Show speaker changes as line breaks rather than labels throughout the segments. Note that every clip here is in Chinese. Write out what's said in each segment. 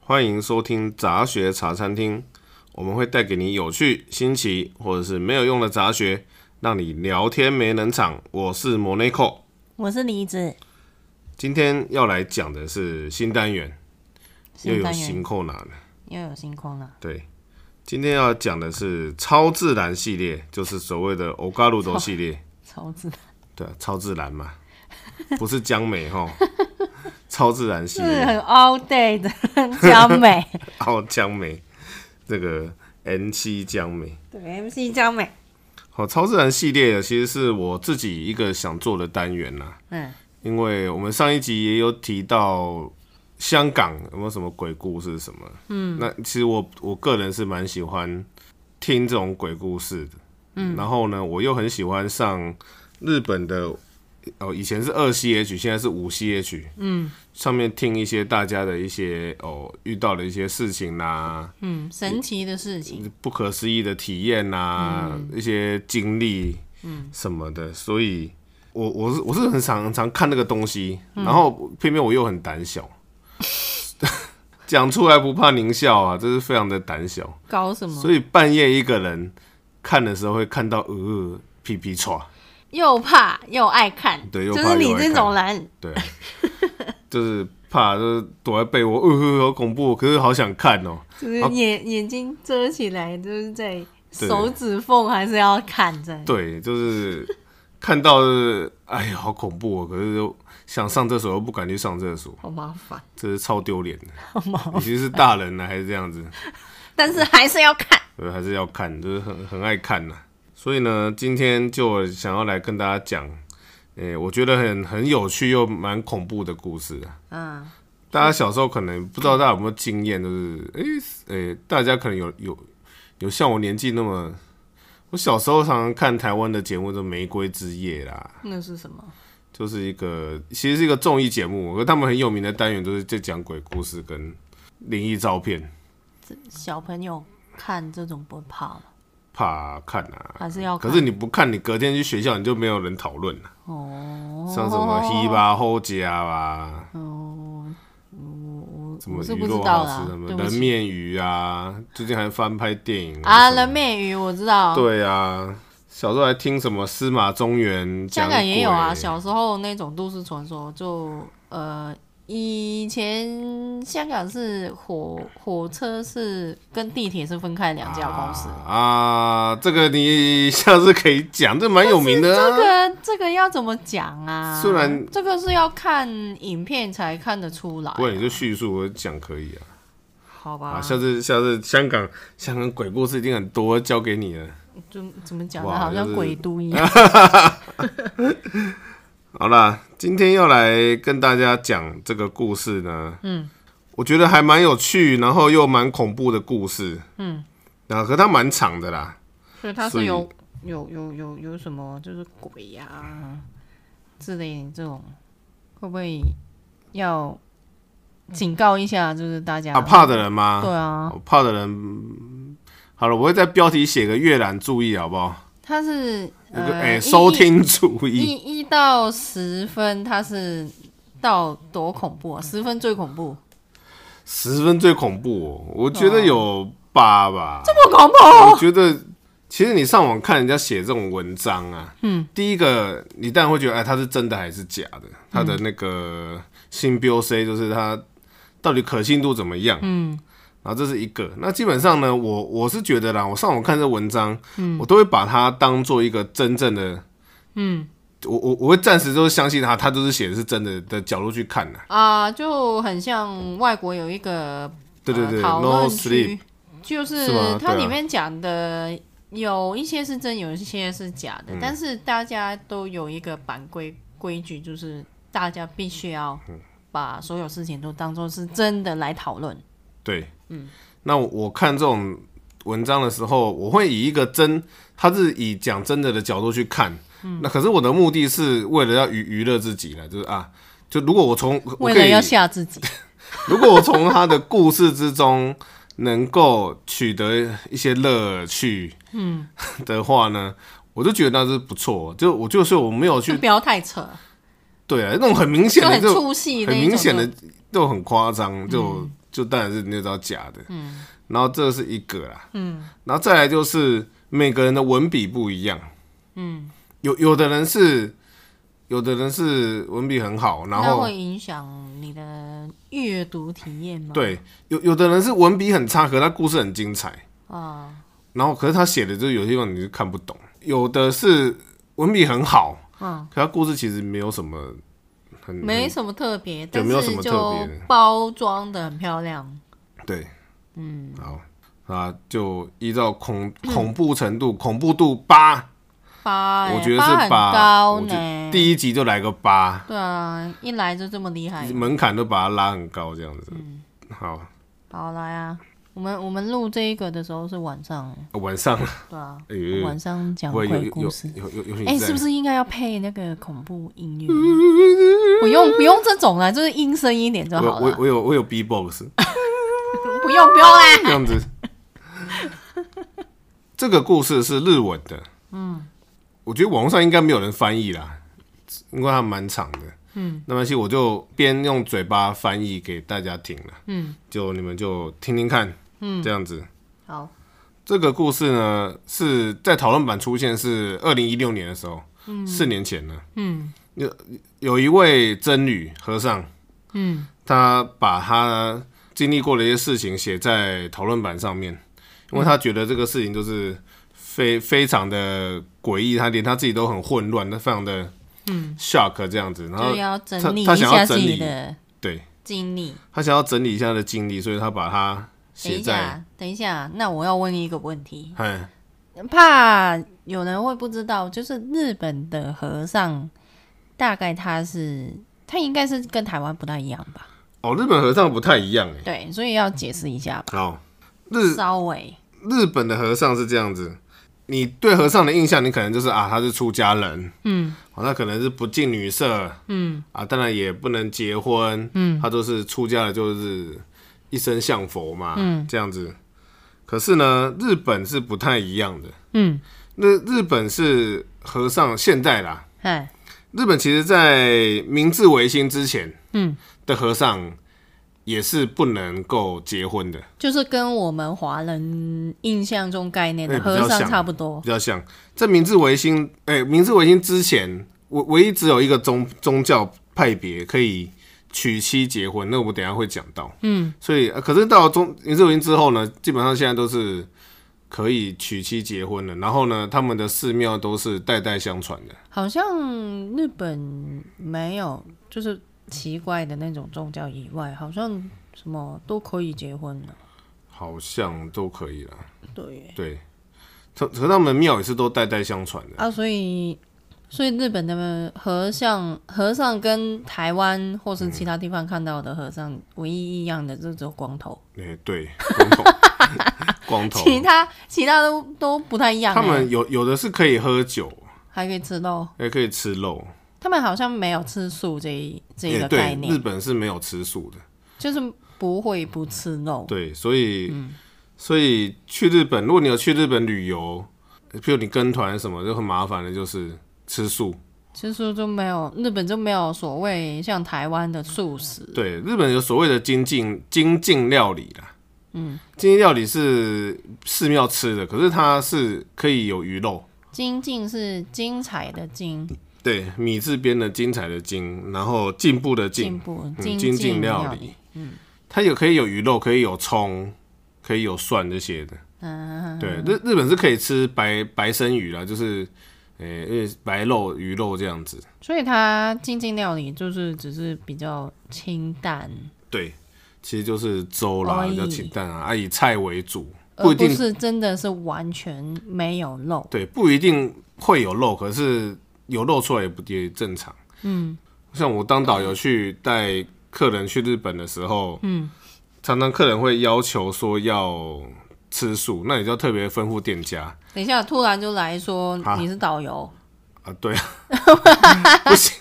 欢迎收听杂学茶餐厅，我们会带给你有趣、新奇或者是没有用的杂学，让你聊天没冷场。我是 Monaco，
我是梨子，
今天要来讲的是新单元，又
新
有
单
新
元
扣拿了。
又有啊星空了，
对，今天要讲的是超自然系列，就是所谓的 o g a r u d o 系 列，
超 自然，
对啊、超自然嘛，不是江美哈， 超自然系
是
列。
很 all day 的 江 美，
哦，江美，这个 N 七江美。
对 MC 江美，
好，超自然系列其实是我自己一个想做的单元啦、
嗯，
因为我们上一集也有提到香港有没有什么鬼故事什么，嗯，那其实我我个人是蛮喜欢听这种鬼故事的，嗯，然后呢，我又很喜欢上日本的，哦，以前是二 CH，现在是五 CH，嗯，上面听一些大家的一些哦遇到的一些事情啊啦、
嗯，神奇的事情，
不可思议的体验呐、啊一些经历，什么的，所以我我是我是很常很常看那个东西，然后偏偏我又很胆小， 讲出来不怕您笑啊，这是非常的胆小，
搞什么？
所以半夜一个人看的时候会看到呃屁屁唰，
又怕又爱看，
对又
就
怕
是你
又爱
这种人，
对啊，就是怕就是躲在被窝，呃呃好恐怖，可是好想看哦、
就是
好
眼眼睛遮起来，就是在
对
手指缝还是要看着，
对，就是看到就是，哎呀，好恐怖哦！可是又想上厕所又不敢去上厕所，
好麻烦，
这是超丢脸的。
好哦麻烦，
尤其是大人呢、还是这样子，
但是还是要看，
对，还是要看，就是很很爱看呐、所以呢，今天就想要来跟大家讲，诶、我觉得很很有趣又蛮恐怖的故事啊。
嗯，
大家小时候可能不知道大家有没有经验，就是诶诶、大家可能有有有像我年纪那么，我小时候常常看台湾的节目，就《玫瑰之夜》啦，
那是什么？
就是一个其实是一个综艺节目，可是他们很有名的单元都是在讲鬼故事跟灵异照片，
小朋友看这种不怕吗？
怕看啊。
还是要看？
可是你不看，你隔天去学校你就没有人讨论了，
哦，
像什么黑吧、后家啊，
哦，我
什
我
么
是
鱼
不知
肉
道
好
啦
吃，什么
对不
人
起
面鱼啊，最近还翻拍电影
啊，
什么
人面鱼我知道，，
对啊，小时候还听什么司马中原，
香港也有
讲
啊，
鬼
小时候那种都市传说，就呃，以前香港是火火车是跟地铁是分开两家公司。
啊，这个你下次可以讲，这蛮有名的、
这
啊。
个这个要怎么讲啊？
虽然
这个是要看影片才看得出来啊、
不过你就叙述我讲可以啊。
好吧？
啊，下次下次香港香港鬼故事一定很多，交给你了。
就怎么讲呢？
哇
好
就
像
是
鬼都一样。
好啦，今天要来跟大家讲这个故事呢，嗯，我觉得还蛮有趣，然后又蛮恐怖的故事，嗯，啊，可它蛮长的啦，
所以它
所
是
以
有有有有有什么就是鬼呀、之类的这种，会不会要警告一下？就是大家
啊，怕的人吗？
对啊，
我怕的人，嗯好了，我会在标题写个阅览注意，好不好？
它是
那个
呃
哎、
一
收听注意
一一到十分，它是到多恐怖啊？十分最恐怖，
十分最恐怖、哦，我觉得有八吧。
不恐
我
怖。
觉得其实你上网看人家写这种文章啊，嗯，第一个你当然会觉得，哎，它是真的还是假的？它的那个新 b o C 就是它到底可信度怎么样？嗯。然后这是一个，那基本上呢，我我是觉得啦，我上网看这文章，我都会把它当做一个真正的，嗯，我我我会暂时就是相信它，它就是写的是真的的角度去看的，
啊、就很像外国有一个
对对
呃
对、
讨
n o
论
sleep，
区，就是
吗
是它
对啊
里面讲的有一些是真，有一些是假
嗯
的，但是大家都有一个版规规矩，就是大家必须要
嗯
把所有事情都当做是真的来讨论。
对，嗯，那我我看这种文章的时候，我会以一个真，他是以讲真的的角度去看，
嗯
那可是我的目的是为了要娱娱乐自己了，就是啊，就如果我从呃我
为
可
了
以
要吓自己，
如果我从他的故事之中能够取得一些乐趣，嗯的话呢，我就觉得那是不错，就我就是我没有
就
去
不要太扯，
对啊，那种很明显
就
的
很
就
出戏那
很
一
明
种嗯
显
就
的就很夸张，就。就当然是你就知道假的。嗯，然后这是一个啦。嗯，然后再来就是每个人的文笔不一样。嗯，有有的人是，有的人是文笔很好，然
那
后
会影响你的阅读体验吗？
对，有有的人是文笔很差，可他故事很精彩。
啊，
然后可是他写的就是有些地方你就看不懂，有的是文笔很好，
嗯，
可他故事其实没有什么很
没什么特别，
对
但
嗯没有什
是
么特
就
别的
包装的很漂亮。
对，嗯，好，那就依照恐恐怖程度，恐怖度八，
八、欸，
我觉得
八
是
很
八，
高
我觉得
呢。
第一集就来个八，
对啊，一来就这么厉害。
门槛都把它拉很高，这样子。好，
好，来啊，我们我们录这一个的时候是晚上，
晚上
对啊，
哎呦
晚上讲
会有
鬼
有
故
有
事。
有有有你
哎、
在
是不是应该要配那个恐怖音乐？不用不用这种啦，就是阴森一点就
我
好
我
了。
我有我有 B box
不用不用啦。
这样子。这个故事是日文的，嗯，我觉得网络上应该没有人翻译啦，因为它蛮长的，嗯，那么其实我就边用嘴巴翻译给大家听了，嗯，就你们就听听看，嗯，这样子。
好，
这个故事呢是在讨论版出现是二零一六年的时候，四、年前了，嗯，有有一位僧侣和尚，嗯，他把他经历过的一些事情写在讨论版上面，因为他觉得这个事情就是非非常的诡异，他连他自己都很混乱，他非常的嗯 shock 这样子，然后
就要整
他
理一
他想要
下
整
自
理
己的
对
经历。
他想要整理一下他的经历，所以他把它
等
写
一
在，
下，等一下，那我要问你一个问题，
哎，
怕有人会不知道，就是日本的和尚，大概他是他应该是跟台湾不太一样吧？
哦，日本和尚不太一样哎，
对，所以要解释一下吧，
好。日
稍微
日本的和尚是这样子，你对和尚的印象，你可能就是啊，他是出家人，嗯，哦，那可能是不近女色，嗯，啊，当然也不能结婚，嗯，他都是出家了，就是一生向佛嘛，嗯，这样子。可是呢，日本是不太一样的，
嗯，
那日本是和尚现代啦，
哎，
日本其实，在明治维新之前，
嗯
的和尚也是不能够结婚的，
就是跟我们华人印象中概念的
哎比较
和尚
像
差不多。
比较像。在明治维新，哎、明治维新之前，唯唯一只有一个宗宗教派别可以娶妻结婚，那我们等一下会讲到。嗯，所以、呃可是到了中明治维新之后呢，基本上现在都是可以娶妻结婚了。然后呢，他们的寺庙都是代代相传的。
好像日本没有，就是奇怪的那种宗教以外，好像什么都可以结婚了。
好像都可以了，
对耶，
对，可可是他们庙也是都代代相传的，
啊，所以所以日本的和尚，和尚跟台湾或
嗯
是其他地方看到的和尚唯一一样的，就只有光头，
哎、对，光 头，光头，
其他其他都都不太一样耶。欸
他们有有的是可以喝酒，
还可以吃肉，
也可以吃肉，
他们好像没有吃素这一这一
也
个
哎对，
概
日
念，
本是没有吃素的，
就是不会不吃肉。
对，所以、所以去日本，如果你有去日本旅游，譬如你跟团什么，就很麻烦的，就是吃素。
其实就没有日本就没有所谓像台湾的素食，
对，日本有所谓的精进精进料理啦，嗯，精进料理是寺庙吃的，可是它是可以有鱼肉，
精进是精彩的精，
对，米字边的精彩的精，然后进步的
进
进，
步
嗯
精
精进
进
料
理
理，，它有可以有鱼肉，可以有葱，可以有蒜这些的。
嗯，
对，日日本是可以吃白白生鱼啦，就是呃、呃白肉鱼肉这样子。
所以它精进料理就是只是比较清淡，
对，其实就是粥啦，
而已
比较清淡啊，啊以菜为主，
而
不一定
是真的是完全没有肉。
对，不一定会有肉，可是有肉出来也不也正常。嗯，像我当导游去带客人去日本的时候，嗯，常常客人会要求说要吃素，那你就要特别吩咐店家
等一下突然就来说
啊
你是导游，
啊，对啊， 不行。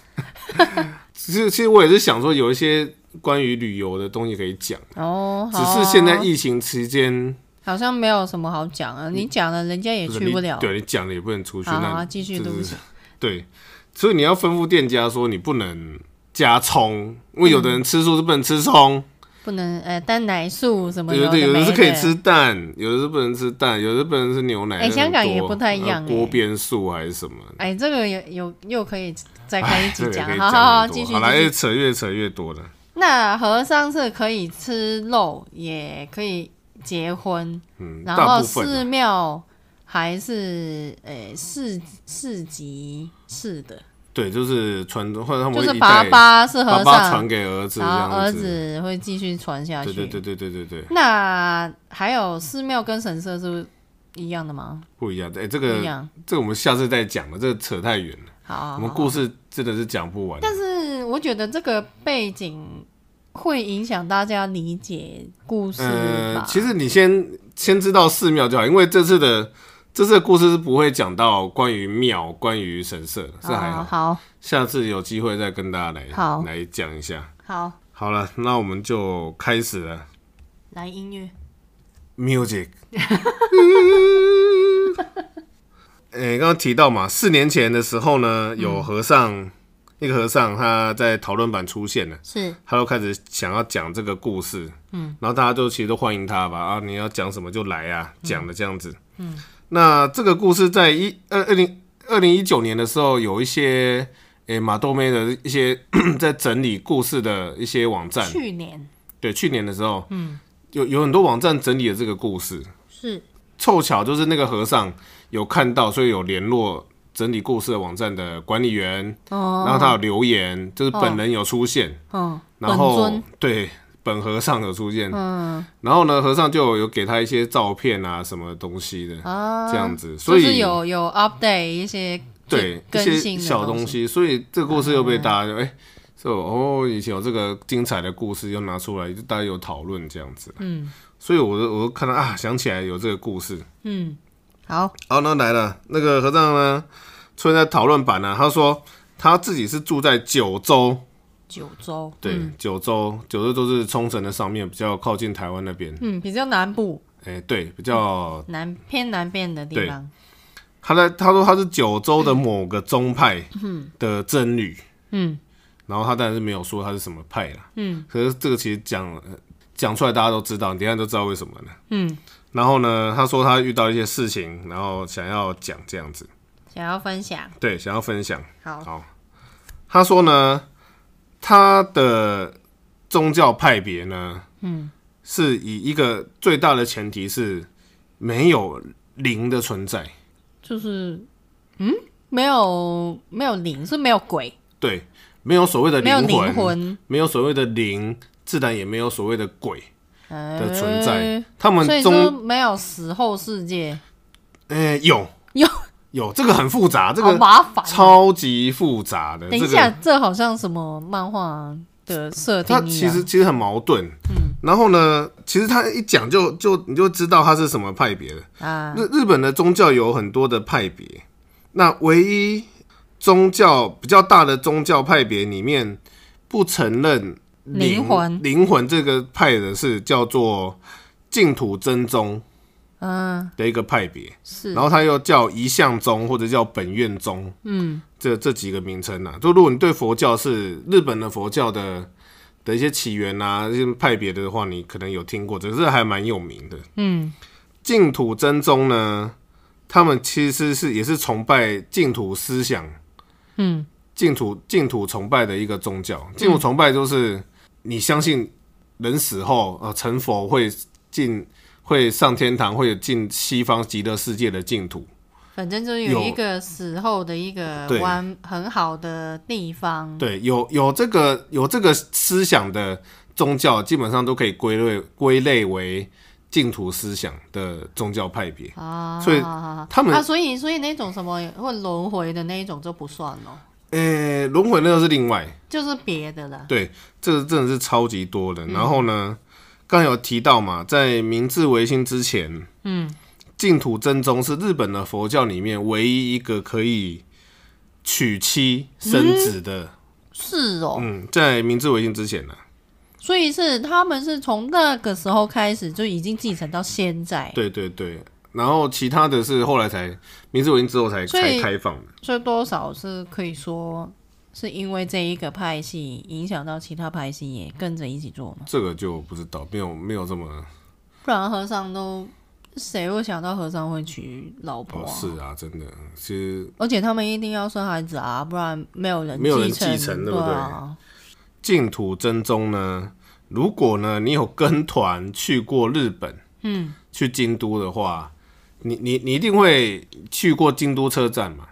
其实其实我也是想说，有一些关于旅游的东西可以讲，
哦，
只
好啊
是现在疫情期间，
好像没有什么好讲啊，你讲了人家也
就是
去不
你
了。
对你讲了也不能出去，
好
那
好，继续，
就
对不
是
起。
对，所以你要吩咐店家说你不能加葱，因为有的人吃素是不能吃葱，
不能呃蛋奶素什么
有
嗯有
的有
没
的
的
是可以吃蛋，有的是不能吃蛋，有的不能吃牛奶。
哎
真的
香港
多
也不太一样
呃锅
哎
边素还是什么？
哎，这个有有又可以再开一
这个
集
也哎可以
好
讲
好好，
很多
继续
好了，
继
越
续。
扯越扯越多了。
那和尚是可以吃肉，也可以结婚，
嗯，
然
大
后
部分
寺
啊
庙还是呃市市集是的，
对，就是传统，或者他们
就
会
是
一
爸
代
爸是
爸
和
爸传
尚，
给儿子这
然后
样
儿。子会继续传下去。
对对对对对对对，
那还有寺庙跟神社是不是一样的吗？
不一样。哎，这
不
个
一样。
这个我们下次再讲吧，这个扯太远了，
好好
我
好
们故事真的是讲不完。
但是我觉得这个背景会影响大家理解故事吧。
呃，其实你先先知道寺庙就好，因为这次的这次的故事是不会讲到关于庙、关于神社的，这还
哦好
好。
好
下次有机会再跟大家来
好
来讲一下。
好
好了，那我们就开始了
来音乐，
，music。诶、刚刚提到嘛，四年前的时候呢，有和尚，一个和尚他在讨论版出现了，
是
他就开始想要讲这个故事，嗯，然后大家就其实都欢迎他吧，啊，你要讲什么就来啊，讲的这样子，嗯，那这个故事在一二二零二零一九年的时候，有一些诶、马豆妹的一些 在整理故事的一些网站，
去年
对，去年的时候，嗯，有有很多网站整理了这个故事，
是
凑巧就是那个和尚有看到，所以有联络整理故事的网站的管理员，
哦，
然后他有留言，就是本人有出现。
嗯，
然
本
后
尊
对本和尚有出现，
嗯
然后呢，和尚就有给他一些照片啊，什么东西的、
啊
这样子，所
就
以、
是有有 update 一些
对
更
一些
新的
小
东西
西，
啊
所以这个故事又被大家就哎，说、哦，以前有这个精彩的故事又拿出来，就大家有讨论这样子，
嗯
所以我就我就看到啊，想起来有这个故事，
嗯，好
好，哦那来了，那个和尚呢，出现在讨论版呢、啊他说他自己是住在九州。
九州
对，
嗯
九州，九州都是冲绳的上面，比较靠近台湾那边。
嗯比较南部
哎、对，比较
南偏南边的地
对
方，
他在他说他是九州的某个宗派的僧侣，
嗯
然后他当然是没有说他是什么派啦。
嗯
可是这个其实讲呃讲出来大家都知道，你等一下就知道为什么了。
嗯，
然后呢，他说他遇到一些事情，然后想要讲这样子，
想要分享
对，想要分享。
好
好，他说呢，他的宗教派别呢，嗯，是以一个最大的前提是没有灵的存在。
就是嗯没有没有灵是没有鬼。
对，没有所谓的
没有灵
魂，
魂
没有所谓的灵，自然也没有所谓的鬼的
的
存在。他们
哎所以说
中，
没有死后世界，
呃，有
有
有这个很复杂，这
好
个
麻烦。
超级复杂的。
等一
这
下，
个
这好像什么漫画的设定
它
一
其
样
实其实很矛盾。嗯，然后呢，其实他一讲就就你就知道他是什么派别了。
啊，
日日本的宗教有很多的派别，那唯一宗教比较大的宗教派别里面不承认
灵魂
灵魂这个派的是叫做净土真宗
嗯，
的一个派别，
是
然，后它又叫一向宗或者叫本愿宗，
嗯
这这几个名称啊。就如果你对佛教是日本的佛教的的一些起源啊、这些派别的话，你可能有听过，只是还蛮有名的。
嗯
净土真宗呢，他们其实是也是崇拜净土思想、
嗯，
净土净土崇拜的一个宗教。净土崇拜就是你相信人死后呃成佛会进会上天堂，会有进西方极乐世界的净土。
反正就是有
有
一个死后的一个
对
完很好的地方，
对，有有这个有这个思想的宗教，基本上都可以归类归类为净土思想的宗教派别。
啊，
所以他们
啊，所以所以那种什么会轮回的那一种就不算哦，
呃，轮回那个是另外。
就是别的啦，
对，这个真的是超级多的。然后呢，刚、有提到嘛，在明治维新之前，嗯，净土真宗是日本的佛教里面唯一一个可以娶妻生
嗯
子的。
是哦，
嗯在明治维新之前啊呢、
所以是他们是从那个时候开始就已经继承到现在，
对对对。然后其他的是后来才明治维新之后才
所以
才开放的。
所以多少是可以说是因为这一个派系影响到其他派系也跟着一起做吗？
这个就不知道，没有没有这么
不然和尚都谁会想到和尚会娶老婆、
哦，
啊
是啊，真的，其实
而且他们一定要生孩子啊，不然没有人
没有人
承，
继承
对
对不对
啊？
净土真宗呢，如果呢你有跟团去过日本，嗯，去京都的话，你你你一定会去过京都车站嘛？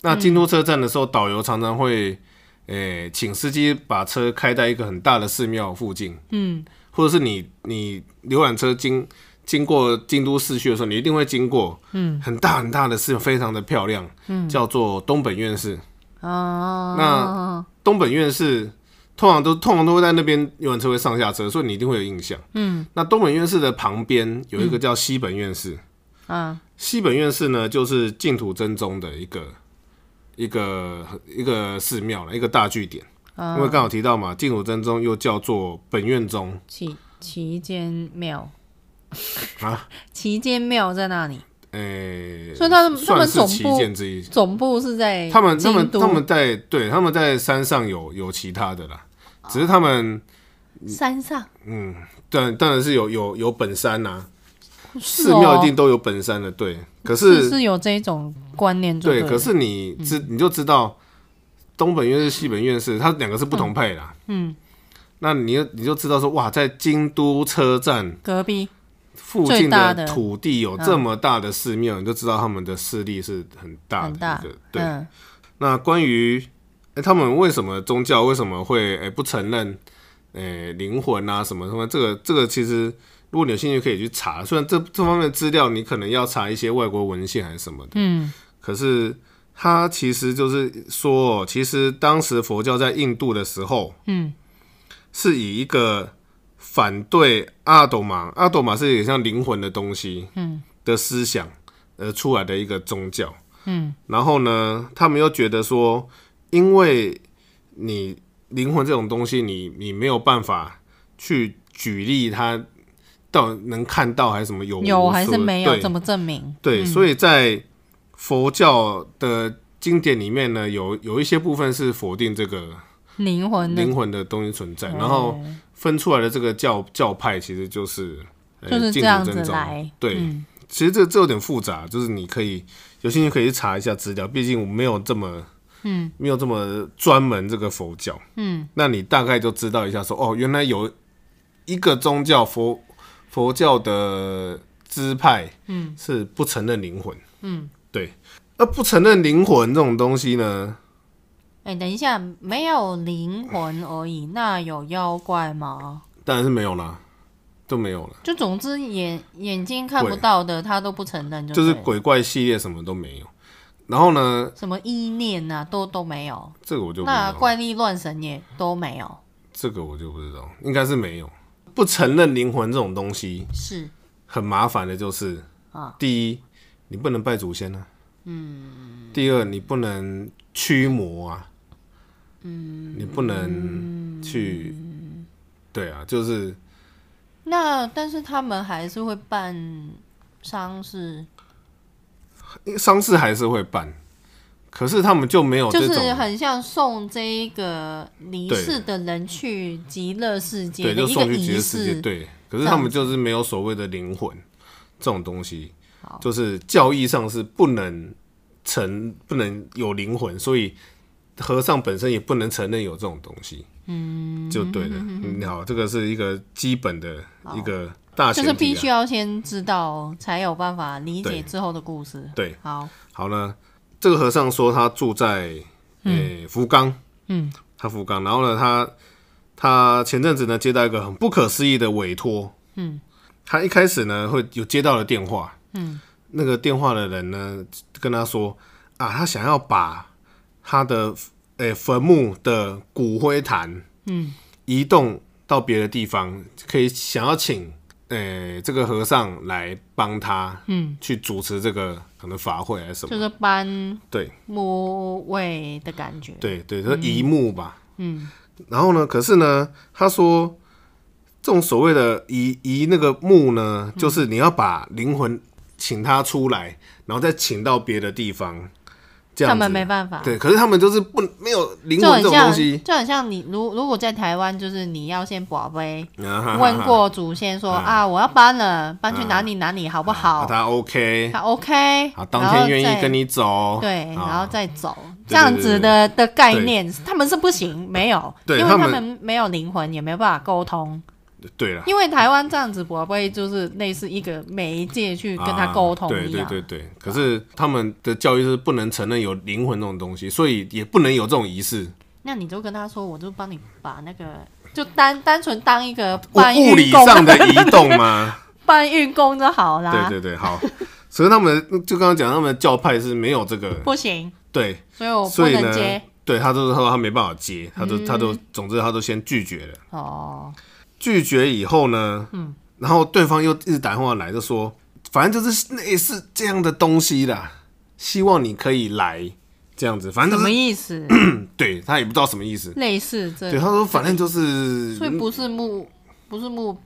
那京都车站的时候，导游常常会，诶、请司机把车开在一个很大的寺庙附近，嗯，或者是你你浏览车经经过京都市区的时候，你一定会经过，嗯，很大很大的寺，非常的漂亮，嗯，叫做东本院寺。
啊，
那东本院是通常都通常都会在那边游览车会上下车，所以你一定会有印象。嗯，那东本院寺的旁边有一个叫西本院寺，
嗯啊，
西本院寺呢就是净土真宗的一个一个一个寺庙了，一个大据点。
啊
因为刚好提到嘛，净土真宗又叫做本院宗
祈祈间庙，
啊，
祈间庙在那里，
诶、
所以他们他
算
们
是
总
旗
部
舰之一。
总部是在
他们他们
京都
他们在对他们在山上有有其他的啦，只是他们
山上
但当然是有有有本山呐、啊
是
寺庙
哦
一定都有本山的，对。可
是
是
是有嗯这种观念就
对，
了
可是你知、你就知道东本院是西本院是，它两个是不同派啦。嗯，那你就你就知道说哇，在京都车站
隔壁
附
最
近
大的嗯
土地有这么大的寺庙，你就知道他们的势力是很大的
很
一
大
个，啊对，
嗯，
那关于、诶他们为什么宗教为什么会诶不承认诶灵魂啊什么什么，这个这个其实如果你有兴趣可以去查，虽然这这方面的资料你可能要查一些外国文献还是什么的，嗯，可是他其实就是说哦，其实当时佛教在印度的时候，嗯，是以一个反对阿斗玛，阿斗玛是有点像灵魂的东西，嗯，的思想而出来的一个宗教。
嗯
然后呢，他们又觉得说，因为你灵魂这种东西，你你没有办法去举例它到能看到还是什么有无
有还是
所谓
没有？
对
怎么证明？
对，所以在佛教的经典里面呢，有有一些部分是否定这个
灵魂的哎
灵魂的东西存在，然后分出来的这个教教派其实就是、呃
就是
净
这样
土
子
真宗
来，嗯
对，其实这这有点复杂，就是你可以有兴趣可以去查一下资料，毕竟我没有这么。嗯，没有这么专门这个佛教，嗯，那你大概就知道一下说，哦，原来有一个宗教佛佛教的支派，嗯，是不承认灵魂，嗯，对，那不承认灵魂这种东西呢，
哎、等一下，没有灵魂而已，那有妖怪吗？
当然是没有啦，就没有了。
就总之眼眼睛看不
鬼
到的，他都不承认就，
就是。鬼怪系列什么都没有。然后呢，
什么意念呐、都都没有，
这个我就不知
那
道，
怪力乱神也都没有，
这个我就不知道，应该是没有。不承认灵魂这种东西
是
很麻烦的，就是
啊，
第一，你不能拜祖先啊，嗯。第二，你不能驱魔啊，嗯。你不能去，对啊，就是
那但是他们还是会办丧事，
丧事还是会办，可是他们就没有
就
哦这种
是很像送这一个离世的人去极乐世界
对，
的
就
一个
送去极
仪
乐世界。
式，
对，可是
这
他
样
们就是没有所谓的灵魂这种东西，就是教义上是不能承不能有灵魂，所以和尚本身也不能承认有这种东西。嗯，就对了。嗯，好，这个是一个基本的一个大
就
前
是
提、
必
啊。
须要先知道，才有办法理解
对
之后的故事。
对，
好，
好呢，这个和尚说他住在诶、福冈，
嗯，
他福冈，然后呢，他他前阵子呢接到一个很不可思议的委托，
嗯，
他一开始呢会有接到了电话，嗯，那个电话的人呢跟他说啊，他想要把他的诶、坟墓的骨灰坛，
嗯，
移动到别的地方，可以想要请。诶、这个和尚来帮他，嗯，去主持这个可能法会还是什么，
就是搬
对
墓位的感觉。
对对，说移墓吧。嗯，然后呢，可是呢，他说这种所谓的移移那个墓
嗯
呢，就是你要把灵魂请他出来，然后再请到别的地方，这
他
样子
们没办法。
对，可是他们就是不没有灵
就
魂
很
这种东
像，
西。
就很像你，如如果在台湾，就是你要先保杯，问
问
过祖先说
啊
啊，我要搬了，搬去哪里哪里好不好？
他 OK，
他 OK，
好，当
然后
天愿
再
意跟你走，
对，
啊
然后再走，
对
这样子的的概
对
念，他们是不行，没有，因
对
为
他
他
们
们没有灵魂，也没办法沟通。
对了，
因为台湾这样子，宝贝就是类似一个媒介去跟他沟通
啊对
一
对
样。
对对，可是他们的教育是不能承认有灵魂这种东西，所以也不能有这种仪式。
那你就跟他说，我就帮你把那个，就单单纯当一个
物
搬
物理
运工
上 的移动吗？
搬运工就好啦。
对对对，好。所以他们就刚刚讲，他们的教派是没有这个，
不行，
对，
所以我哦不
所以
能
呢
接。，嗯
对他就是说他没办法接，他就他就总之他都先拒绝了。
哦，
拒绝以后呢，嗯，然后对方又一直打电话来，就说反正就是类似这样的东西啦，希望你可以来这样子，反
什
正就
么
是
意思？
对他也不知道什么意思。
类似这
对，他说反正就是
所以不是木，不是木，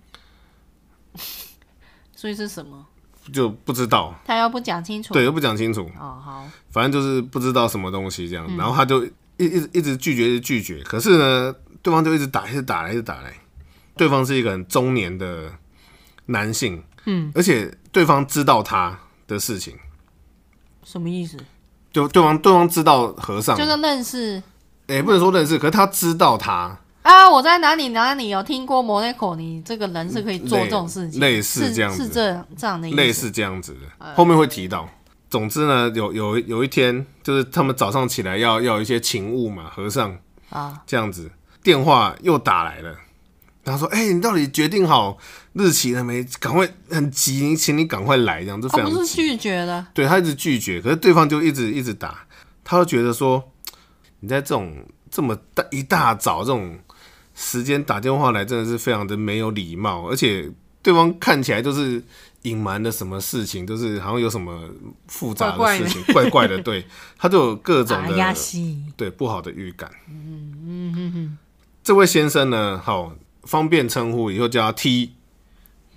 所以哦是什么？
就不知道，
他要不讲清楚，
对，又不讲清楚，
哦，好，
反正就是不知道什么东西这
嗯
样，然后他就一一直一直拒绝，一直拒绝。可是呢，对方就一直打，一直打来，一直打来。对方是一个很中年的男性，嗯，而且对方知道他的事情，
什么意思？
就对方对方知道和尚，
就是认识
也、不能说认识，可是他知道他，
啊，我在哪里哪里有听过摩内口，你这个人是可以做这种事情，
类类似
是
这样子
是这样这样的意思，呃
类似这样子的，后面会提到。总之呢，有有有一天，就是他们早上起来要要有一些勤务嘛，和尚
啊，
这样子，电话又打来了。他说：“哎、你到底决定好日期了没？赶快，很急，你请你赶快来，这样就
他
非常
哦不是
急。
拒绝的，
对他一直拒绝，可是对方就一直一直打，他就觉得说，你在这种这么大一大早这种时间打电话来，真的是非常的没有礼貌，而且对方看起来就是隐瞒了什么事情，就是好像有什么复杂
怪怪的
事情， 怪怪的，对，他就有各种
啊
的
呀西，
对不好的预感。
嗯
这位先生呢，好方便称呼，以后叫他 T，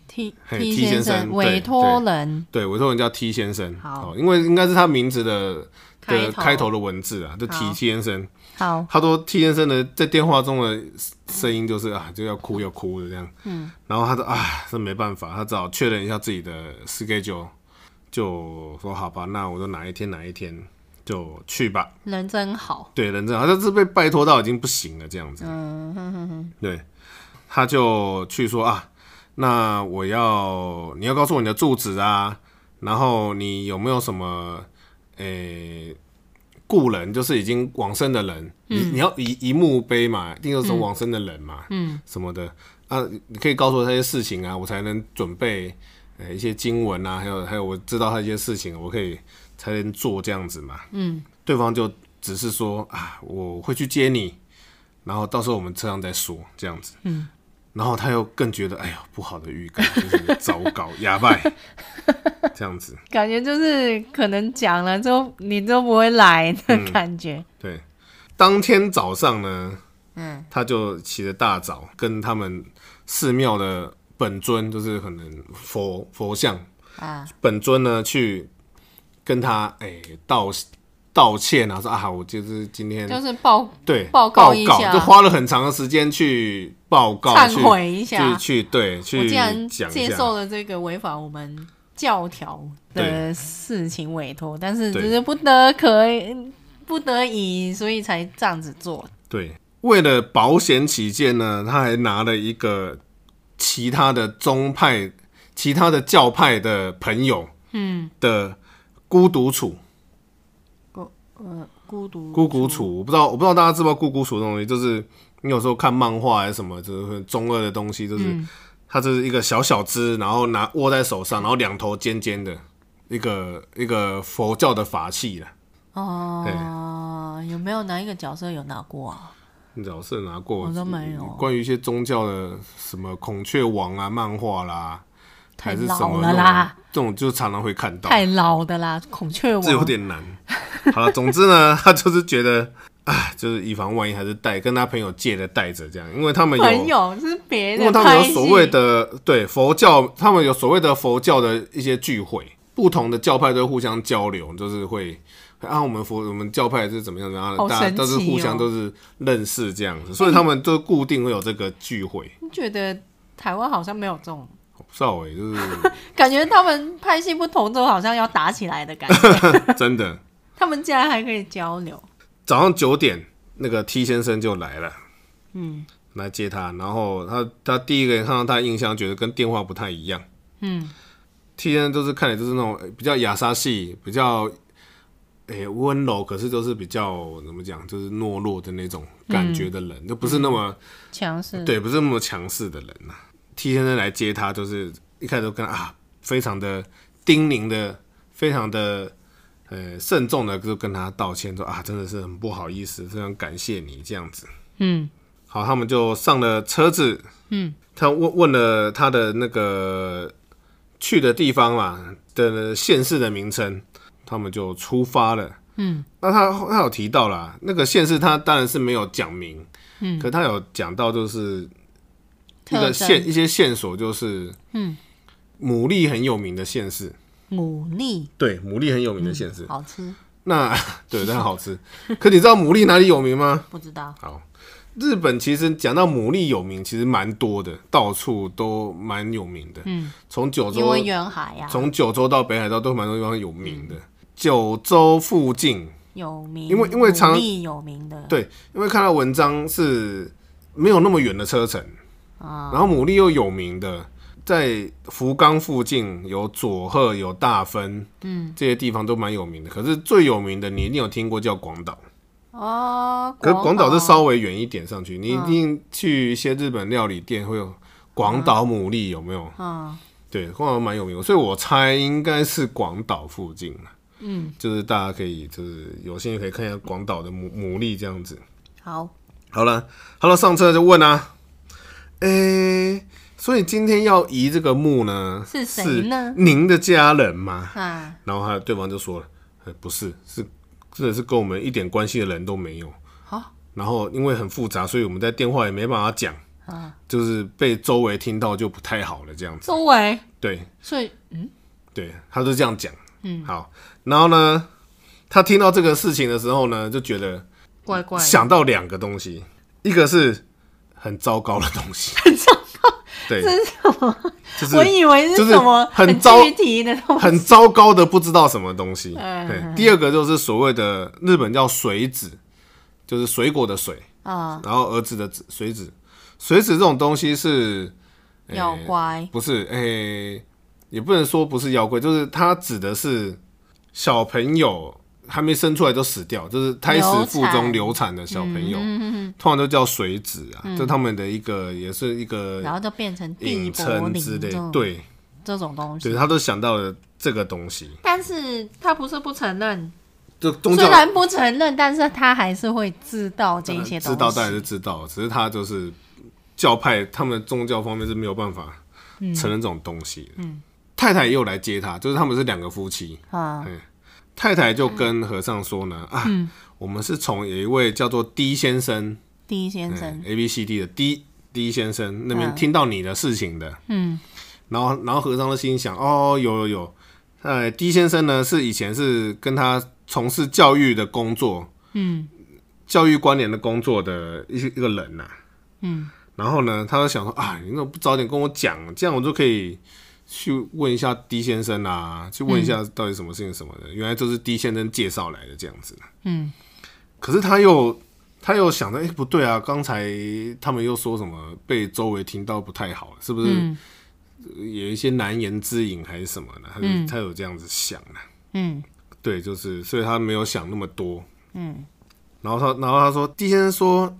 ，T
嘿 T
T
先
先
生
委
对
托人，
对，委托人叫 T 先生。
好
哦，因为应该是他名字的的
开
开
头
头的文字啊，就 T
好
T 先生。
好，
他说 T 先生呢，在电话中的声音就是啊，就要哭要哭的这样。嗯，然后他说啊，这没办法，他只好确认一下自己的 schedule，就说好吧，那我就哪一天哪一天就去吧。
人真好，
对，人证好像是被拜托到已经不行了这样子。
嗯哼哼哼，
对，他就去说啊，那我要你要告诉我你的住址啊，然后你有没有什么诶、故人，就是已经往生的人，你
嗯
你要以以墓碑嘛，一定有什么往生的人嘛，嗯，什么的啊，你可以告诉我这些事情啊，我才能准备呃一些经文啊，还有还有我知道他一些事情，我可以才能做这样子嘛，
嗯，
对方就只是说啊，我会去接你，然后到时候我们车上再说这样子，嗯，然后他又更觉得哎呀不好的预感，就是糟糕，哑巴，这样子，
感觉就是可能讲了之后你都不会来的感觉，
对，当天早上呢，
嗯，
他就起了大早，跟他们寺庙的本尊，就是可能佛佛像
啊，
本尊呢，去跟他哎、道道歉啊，说啊，我就是今天
就是报
对
报告
告
一下
就花了很长的时间去报告，
忏悔一下
去去去对
我
去
竟然
讲一
接
下，
受了这个违反我们教条的事情委托，但是只
对
是不得可不得已，所以才这样子做。
对，为了保险起见呢，他还拿了一个其他的宗派、其他的教派的朋友，嗯，的孤独处、
呃，孤独
孤独处，我不知道，我不知道大家知不知道孤独处这种东西，就是你有时候看漫画还是什么，就是中二的东西，就是、
嗯
它就是一个小小只，然后拿握在手上，然后两头尖尖的一个一个佛教的法器啦。
哦，有没有哪一个角色有拿过啊？
你老是拿过，
我都没有
关于一些宗教的什么孔雀王啊、漫画啦，还
太
是什
老
么
了啦，
这种这种就常常会看到，
太老的啦，孔雀
这有
王。
点难。好了，总之呢， 他就是觉得，哎，就是以防万一，还是带跟他朋友借的带着这样，因为他们有，
朋友是别
因为
人
他们
拍
有
戏，
所谓的对佛教，他们有所谓的佛教的一些聚会，不同的教派都会互相交流，就是会啊，我们佛我们教派是怎么样的，然后
好
大家
神
都是
奇
互相
哦
都是认识这样子，所以他们都固定会有这个聚会。
你觉得台湾好像没有这种，
我不知道哎、就是
感觉他们派系不同都好像要打起来的感觉。
真的，
他们竟然还可以交流，
早上九点那个 T 先生就来了，嗯，来接他，然后他他第一个人看到他的印象，觉得跟电话不太一样，嗯，T 先生就是看起来就是那种呃比较雅莎系，比较诶温、柔，可是就是比较怎么讲，就是懦弱的那种感觉的人，就不是那么。
强势。
对，不是那么强势的人呐、T 先生来接他，就是一开始就跟他啊，非常的叮咛的，非常的呃慎重的，就跟他道歉说啊，真的是很不好意思，非常感谢你这样子。
嗯，
好，他们就上了车子。嗯，他问问了他的那个去的地方嘛的县市的名称，他们就出发了。嗯，那他他有提到啦，那个县市他当然是没有讲明，嗯，可他有讲到就是一
特
个线
征
一些线索，就是嗯，牡蛎很有名的县市，
牡蛎
对，牡蛎很有名的县市。
好吃，
那 对，但好吃。可你知道牡蛎哪里有名吗？
不知道。
好，日本其实讲到牡蛎有名，其实蛮多的，到处都蛮有名的。嗯，从九
因
州
为远海啊呀、
从九州到北海道都蛮多地方有名的。九州附近，
有名，
因为因为常
牡蛎有名的，
对，因为看到文章是没有那么远的车程，
啊，
然后牡蛎又有名的，在福冈附近有佐贺、有大分，嗯，这些地方都蛮有名的。可是最有名的，你一定有听过叫广岛。
哦，嗯
可是广岛是稍微远一点上去，你一定去一些日本料理店会有广岛牡蛎，有没有？
嗯，
对，广岛蛮有名的，所以我猜应该是广岛附近嗯，就是大家可以就是有兴趣可以看一下广岛的牡牡蛎这样子。
好，
好了，好了，上车就问啊，诶、所以今天要移这个墓呢，
是谁呢
您的家人吗？
啊，
然后他对方就说了，呃，不是，是真的是跟我们一点关系的人都没有。
好，
然后因为很复杂，所以我们在电话也没办法讲，
啊，哦
就是被周围听到就不太好了，这样子。
周围，
对
所以，嗯，
对，他就这样讲。嗯，好。然后呢，他听到这个事情的时候呢，就觉得
怪怪的，
想到两个东西，一个是很糟糕的东西，
很糟糕，
对，
这是什么？
就是
我以为
就是
是什么
很糟
具体的东西，
很糟糕的不知道什么东西。
嗯
对，第二个就是所谓的日本叫水子，就是水果的水，
啊，
然后儿子的子水子，水子这种东西是哎
要乖，
不是，诶、也不能说不是妖怪，就是它指的是小朋友还没生出来就死掉，就是胎死腹中流
流嗯
产的小朋友，通常都叫水子啊，这他们的一个也是一个
然后就变成地
引
柏
称
林
之类
这，种
对，
这种东
对
西，
他都想到了这个东西，
但是他不是不承认，
就宗
虽
教
然不承认，但是他还是会知道这些东西，
嗯知道当然是知道，只是他就是教派他们宗教方面是没有办法
嗯
承认这种东西的。太太也有来接他，就是他们是两个夫妻，
啊，
太太就跟和尚说呢，啊，
嗯
我们是从有一位叫做 D 先生，
第一先生，
嗯 A B C D 的 D D 先生那边听到你的事情的，嗯，然后然后和尚的心想，哦，有有有，呃，D 先生呢是以前是跟他从事教育的工作，嗯，教育关联的工作的一一个人呐、嗯，然后呢，他就想说，啊，你怎么不早点跟我讲，这样我就可以。去问一下 D 先生啊，去问一下到底什么事情什么的，原来就是 D 先生介绍来的这样子。
嗯，
可是他又他又想着，哎、不对啊，刚才他们又说什么被周围听到不太好，是不是
嗯
有一些难言之隐还是什么呢？他就、他有这样子想啊呢、
嗯，
对，就是所以他没有想那么多，嗯。然后他然后他说，地先生说，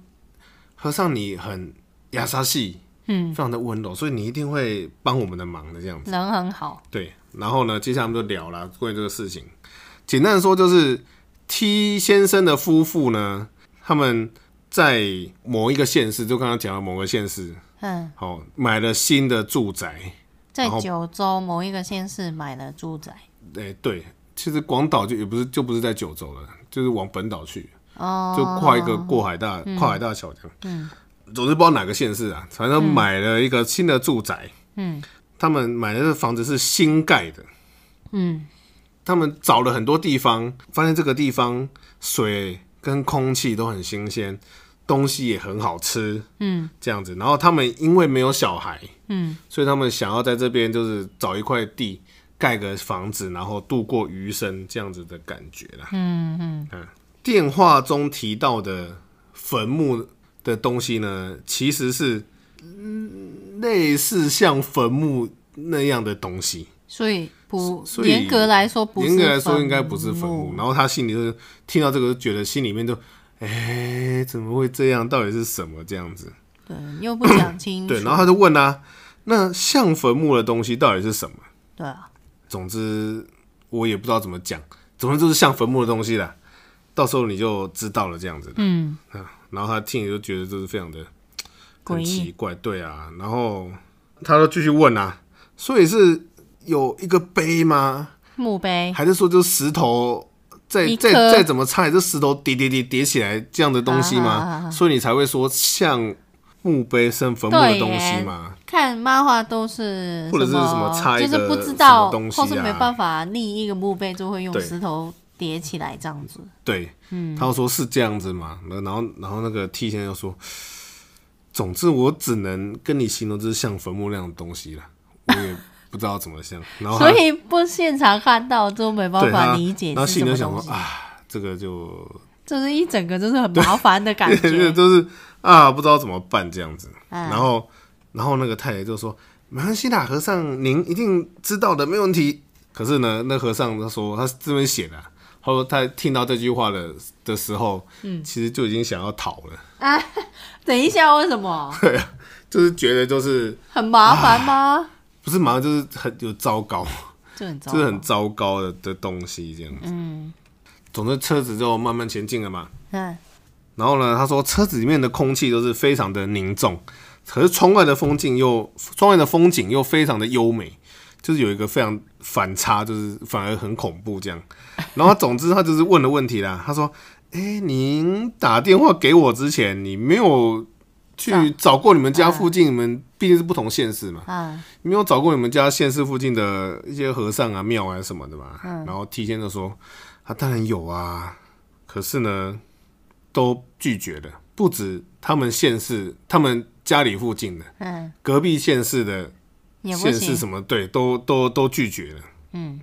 和尚你很雅莎系，
嗯，
非常的温柔，所以你一定会帮我们的忙的这样子。
人很好，
对，然后呢，接下来我们就聊了关于这个事情。简单的说，就是 T 先生的夫妇呢，他们在某一个县市，就刚刚讲的某个县市，
嗯，
好、买了新的住宅。
在
然后
九州某一个县市买了住宅，
哎、对，其实广岛就也不是就不是在九州了，就是往本岛去，
哦，
就跨一个过海大、跨海大桥这样。哦嗯，总之不知道哪个县市啊，反正买了一个新的住宅。
嗯
他们买的这房子是新盖的，
嗯，
他们找了很多地方，发现这个地方水跟空气都很新鲜，东西也很好吃，嗯，这样子。然后他们因为没有小孩，嗯，所以他们想要在这边就是找一块地盖个房子，然后度过余生这样子的感觉啦。嗯嗯嗯。电话中提到的坟墓的东西呢，其实是嗯类似像坟墓那样的东西。
所以不
所以
严格来说不是
严格来说
坟
应该不是坟墓。然后他心里就是听到这个，就觉得心里面就，哎、怎么会这样？到底是什么这样子？
对，你又不讲清楚，
对，然后他就问啊，那像坟墓的东西到底是什么？
对啊，
总之我也不知道怎么讲，总之就是像坟墓的东西啦。到时候你就知道了这样子。嗯然后他听了就觉得这是非常的
诡
很
异
奇怪，对啊。然后他就继续问啊，所以是有一个碑吗？
墓碑
还是说就石头再
一
再
颗
再怎么拆，这石头叠叠叠叠起来这样的东西吗？
啊啊啊啊
所以你才会说像墓碑、像坟墓的
对
东西
耶
嘛？
看漫画都是
或者是什么插一
就
个
是不知
什么
道
东西啊
或是没办法立一个墓碑，就会用
对
石头叠起来这样子。
对，
嗯
他就说是这样子嘛。那然后然后那个 T 先生就说，总之我只能跟你形容这是像坟墓那样的东西了，我也不知道怎么像。 然后他
所以不现场看到就没
对他
办法理解
然后
是
心
什
里就想
么东
说
西，
啊，这个就
就是一整个就是很麻烦 的感
就是
觉。
就是啊，不知道怎么办这样子。
嗯
然后，然后那个太太就说：“没关系啦，和尚您一定知道的，没问题。”可是呢，那和尚他说他这边写的啊、他说他听到这句话的的时候，嗯，其实就已经想要逃了，
等一下，为什么
就是觉得就是
很麻烦吗？
不是马上就是很有糟糕，
这很 糟
就
糕，
是很糟糕的的东西这样子。嗯，总之车子就慢慢前进了嘛。
嗯，
然后呢，他说车子里面的空气都是非常的凝重，可是窗外的风景又窗外的风景又非常的优美，就是有一个非常反差，就是反而很恐怖这样。然后总之他就是问了问题啦，他说：“哎、您打电话给我之前，你没有去找过你们家附近，你们毕竟是不同县市嘛，
啊，
你没有找过你们家县市附近的一些和尚啊、庙啊什么的嘛？
嗯
然后提前就说，他、当然有啊，可是呢，都拒绝了，不止他们县市，他们家里附近的，
嗯，
隔壁县市的
也不
县市
行，
什么，对，都都都拒绝了。
嗯，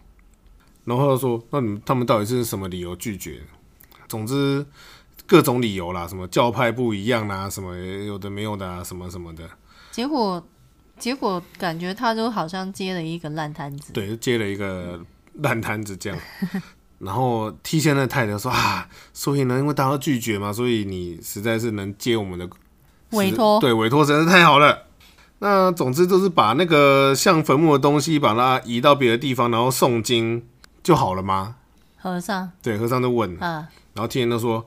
然后他说，那你们他们到底是什么理由拒绝？总之各种理由啦，什么教派不一样啊啦，什么有的没有的啊，什么什么的。
结果结果感觉他就好像接了一个烂摊子，
对，就接了一个烂摊子这样。 然后 T 先生的太太说啊，所以呢，因为大家都拒绝嘛，所以你实在是能接我们的
委托
对委托真是太好了。那总之就是把那个像坟墓的东西，把它移到别的地方，然后诵经就好了吗？
和尚
对，和尚就问，
啊，
然后 T 先生说，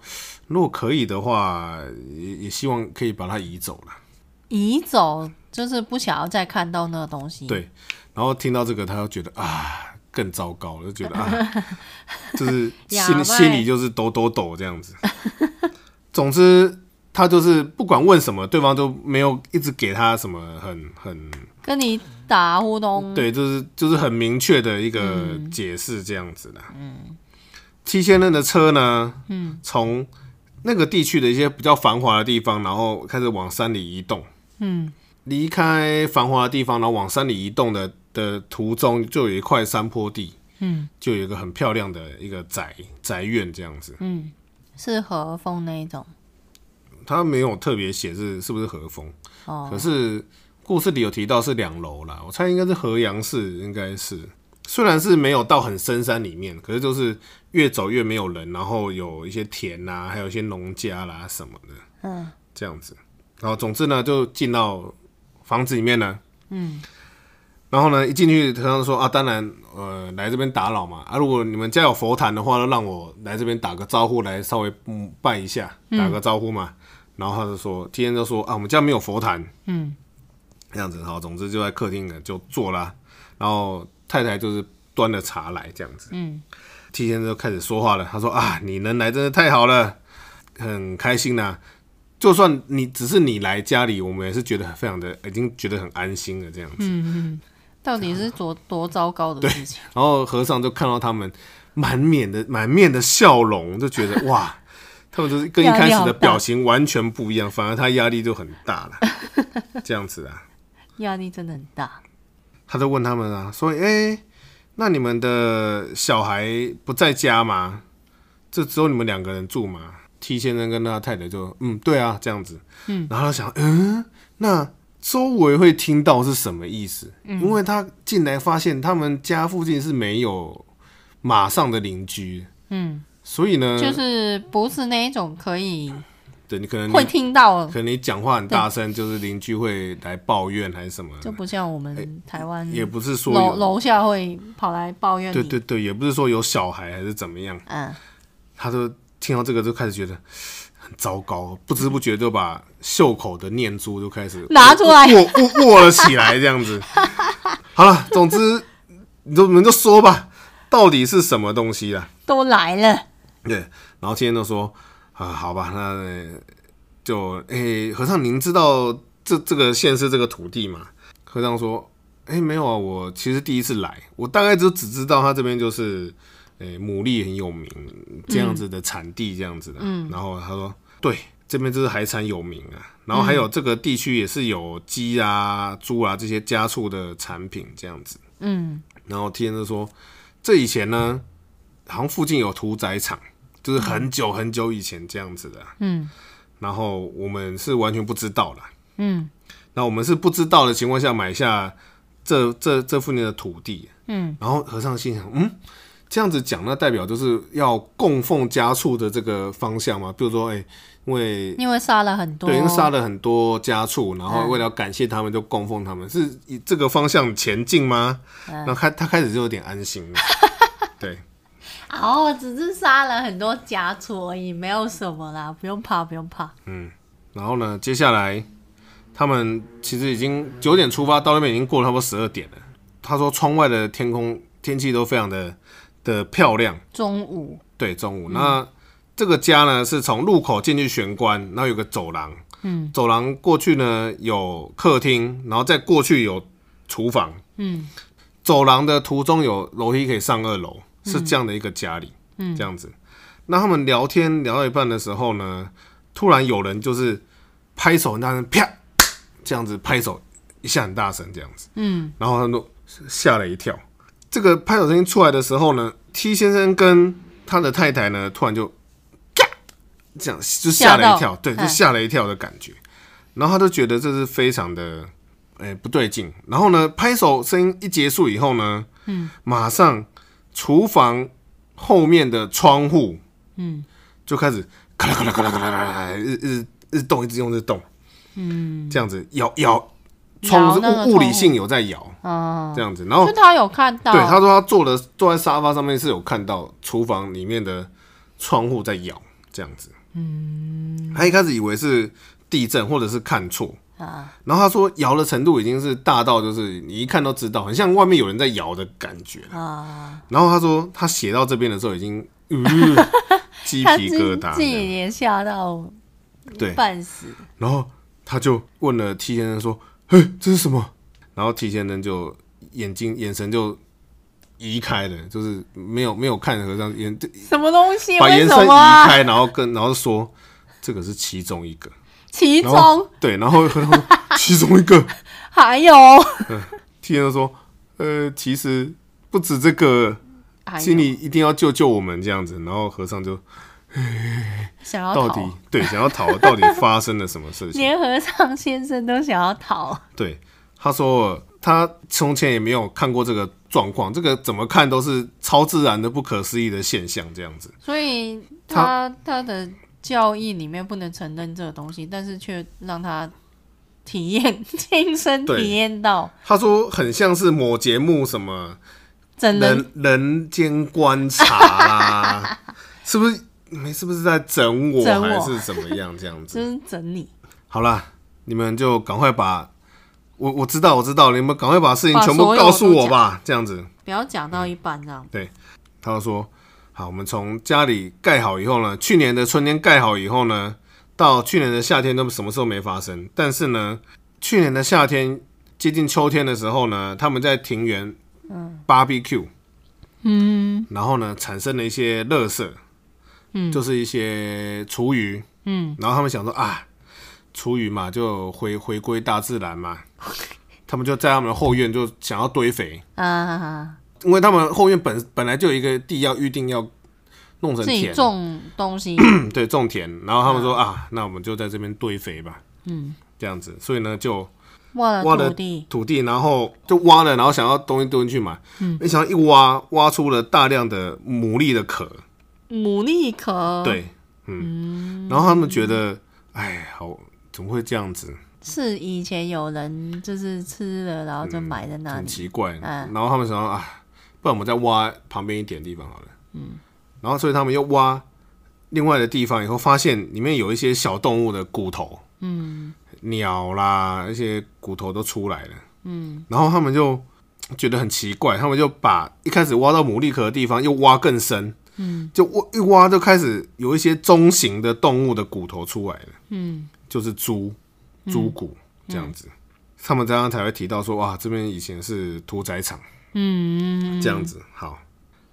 如果可以的话，也也希望可以把它移走了。
移走就是不想要再看到那个东西。
对然后听到这个，他就觉得啊，更糟糕了，就觉得啊，就是
哑
心
巴
心里就是抖抖抖这样子。总之，他就是不管问什么，对方都没有一直给他什么很很
跟你打呼咚，
对，就是就是很明确的一个解释这样子的。嗯，七千任的车呢，嗯，从那个地区的一些比较繁华的地方，然后开始往山里移动。嗯，离开繁华的地方，然后往山里移动的的途中，就有一块山坡地。嗯，就有一个很漂亮的一个宅宅院这样子。
是和风那一种
他没有特别写是是不是和风，
哦，
可是故事里有提到是两楼啦，我猜应该是河阳市，应该是虽然是没有到很深山里面，可是就是越走越没有人，然后有一些田呐、还有一些农家啦什么的，
嗯，
这样子。然后总之呢，就进到房子里面呢，嗯，然后呢一进去，和尚说啊，当然呃来这边打扰嘛，啊如果你们家有佛坛的话，就让我来这边打个招呼，来稍微嗯拜一下，打个招呼嘛。然后他就说，今天就说啊，我们家没有佛坛，嗯，这样子好，总之就在客厅呢就坐啦，然后太太就是端了茶来这样子，嗯，T 先生就开始说话了，他说啊，你能来真是太好了，很开心呐、就算你只是你来家里，我们也是觉得非常的，已经觉得很安心了这样子。
嗯嗯，到底是多多糟糕的事情？
然后和尚就看到他们满面的满面的笑容，就觉得哇，他们就是跟一
压力
开始
好
的
大
表情完全不一样，反而他压力就很大了，这样子啊。
压力真的很大。
他就问他们啊，说：“哎、那你们的小孩不在家吗？这只有你们两个人住吗？”T 先生跟他太太就：“嗯，对啊，这样子。”嗯，然后他想：“嗯，那周围会听到是什么意思？
嗯
因为他进来发现他们家附近是没有马上的邻居，
嗯，
所以呢，
就是不是那一种可以
对你可能你
会听到
可，能你讲话很大声，就是邻居会来抱怨还是什么，
就嗯不像我们台湾
也不是说
楼
有。”
楼下会跑来抱怨你。
对对对，也不是说有小孩还是怎么样，
嗯，
他就听到这个就开始觉得很糟糕，不知不觉就把袖口的念珠就开始
拿出来
握握握了起来，这样 子。好了，总之你就你们就说吧，到底是什么东西啊啦？
都来了，
对，然后天天都说啊、好吧，那呃就诶、和尚，您知道这这个县是这个土地吗？和尚说，诶、没有啊，我其实第一次来，我大概就只知道他这边就是诶、牡蛎很有名，这样子的产地这样子的。嗯，然后他说，对，这边就是海产有名啊，然后还有这个地区也是有鸡啊、猪啊这些家畜的产品这样子。
嗯，
然后 T N 就说，这以前呢，好像附近有屠宰场，就是很久很久以前这样子的。
嗯，
然后我们是完全不知道啦。
嗯，
那我们是不知道的情况下买下这这这附近的土地。
嗯，
然后和尚心想，嗯，这样子讲，那代表就是要供奉家畜的这个方向吗？比如说，哎、因为
因为杀了很多，
对，因为杀了很多家畜，然后
哦嗯
为了感谢他们，就供奉他们，是以这个方向前进吗？然后开他开始就有点安心了，对，
哦，只是杀了很多家畜而已，没有什么啦，不用怕，不用怕。
然后呢，接下来他们其实已经九点出发，到那边已经过了差不多十二点了。他说窗外的天空天气都非常的的漂亮，
中午，
对，中午。那这个家呢，是从入口进去玄关，然后有个走廊，嗯，走廊过去呢有客厅，然后再过去有厨房，
嗯，
走廊的途中有楼梯可以上二楼，是这样的一个家里，嗯，这样子。那他们聊天聊到一半的时候呢，突然有人就是拍手很大声，啪，这样子拍手一下很大声这样子，
嗯，
然后他们都吓了一跳。这个拍手声音出来的时候呢，T 先生跟他的太太呢，突然就嘎这样就吓了一
吓
跳
到，
对，就
嗯
吓了一跳的感觉。然后他就觉得这是非常的，哎、不对劲。然后呢，拍手声音一结束以后呢，嗯，马上厨房后面的窗户，嗯，就开始咔啦咔啦咔啦咔啦咔啦咔啦，一直一直动，一直用，一直动，嗯，这样子摇摇，窗户
摇那个
物物理
窗户
性有在摇，
哦、
这样子。然后
就他有看到，
对，他说他坐的坐在沙发上面是有看到厨房里面的窗户在摇这样子。嗯，他一开始以为是地震或者是看错，
啊，
然后他说摇的程度已经是大到就是你一看都知道，很像外面有人在摇的感觉
啊
然后他说他写到这边的时候已经， 呃鸡、
他
皮
自
疙瘩
自
这
己
样。
也吓到
对，
半死，
然后他就问了 T 先生说：“嘿，这是什么？”然后 T 先生就眼睛眼神就移开了，就是没有没有看和尚眼，
什么东西？
把
为
眼
什
神移
么啊？
开，然后跟然后说这个是其中一个，
其
然后
中
对，然后和尚说其中一 个
还有，
，T 先生说：“呃，其实不止这个，
还
请
有
你一定要救救我们这样子。”然后和尚就
想要
到
逃，
底对想要逃，到底发生了什么事情？
连和尚先生都想要逃，
对，他说他从前也没有看过这个状况，这个怎么看都是超自然的、不可思议的现象，这样子。
所以
他
他他的教义里面不能承认这个东西，但是却让他体验亲身
对
体验到
他说很像是某节目什么
真人
人人间观察啦、是不是？没是不是在整我
整
还
我
是怎么样这样子？
真整理，
好啦，你们就赶快把。我我知道我知道，你们赶快把事情
把
全部
所有
告诉
都
我
讲
吧，这样子。
不要讲到一半这样。
他就说：“好，我们从家里盖好以后呢，去年的春天盖好以后呢，到去年的夏天都什么时候没发生？但是呢，去年的夏天接近秋天的时候呢，他们在庭园 barbecue，嗯，然后呢产生了一些垃圾，嗯，就是一些厨余，嗯，然后他们想说啊，厨余嘛就回回归大自然嘛，他们就在他们的后院就想要堆肥，
啊，
因为他们后院本本来就有一个地要预定要弄成
自己
田，嗯
种东西，
对，种田。然后他们说、啊，那我们就在这边堆肥吧，嗯，这样子。所以呢，就
挖
挖
了
了
土地，
土地，然后就挖了，然后想要东西丢进去嘛，嗯，没想到一挖挖出了大量的牡蛎的壳，
牡蛎壳，，
对，嗯，然后他们觉得，哎，好，怎么会这样子？
是以前有人就是吃了，然后就埋在那
很
里，
奇怪。然后他们想说啊，不然我们再挖旁边一点地方好了。嗯，然后所以他们又挖另外的地方，以后发现里面有一些小动物的骨头，嗯，鸟啦，一些骨头都出来了。嗯，然后他们就觉得很奇怪，他们就把一开始挖到牡蛎壳的地方又挖更深。嗯，就挖一挖就开始有一些中型的动物的骨头出来了，嗯，就是猪、猪骨这样子。他们刚刚才会提到说，哇，这边以前是屠宰场，嗯，这样子好。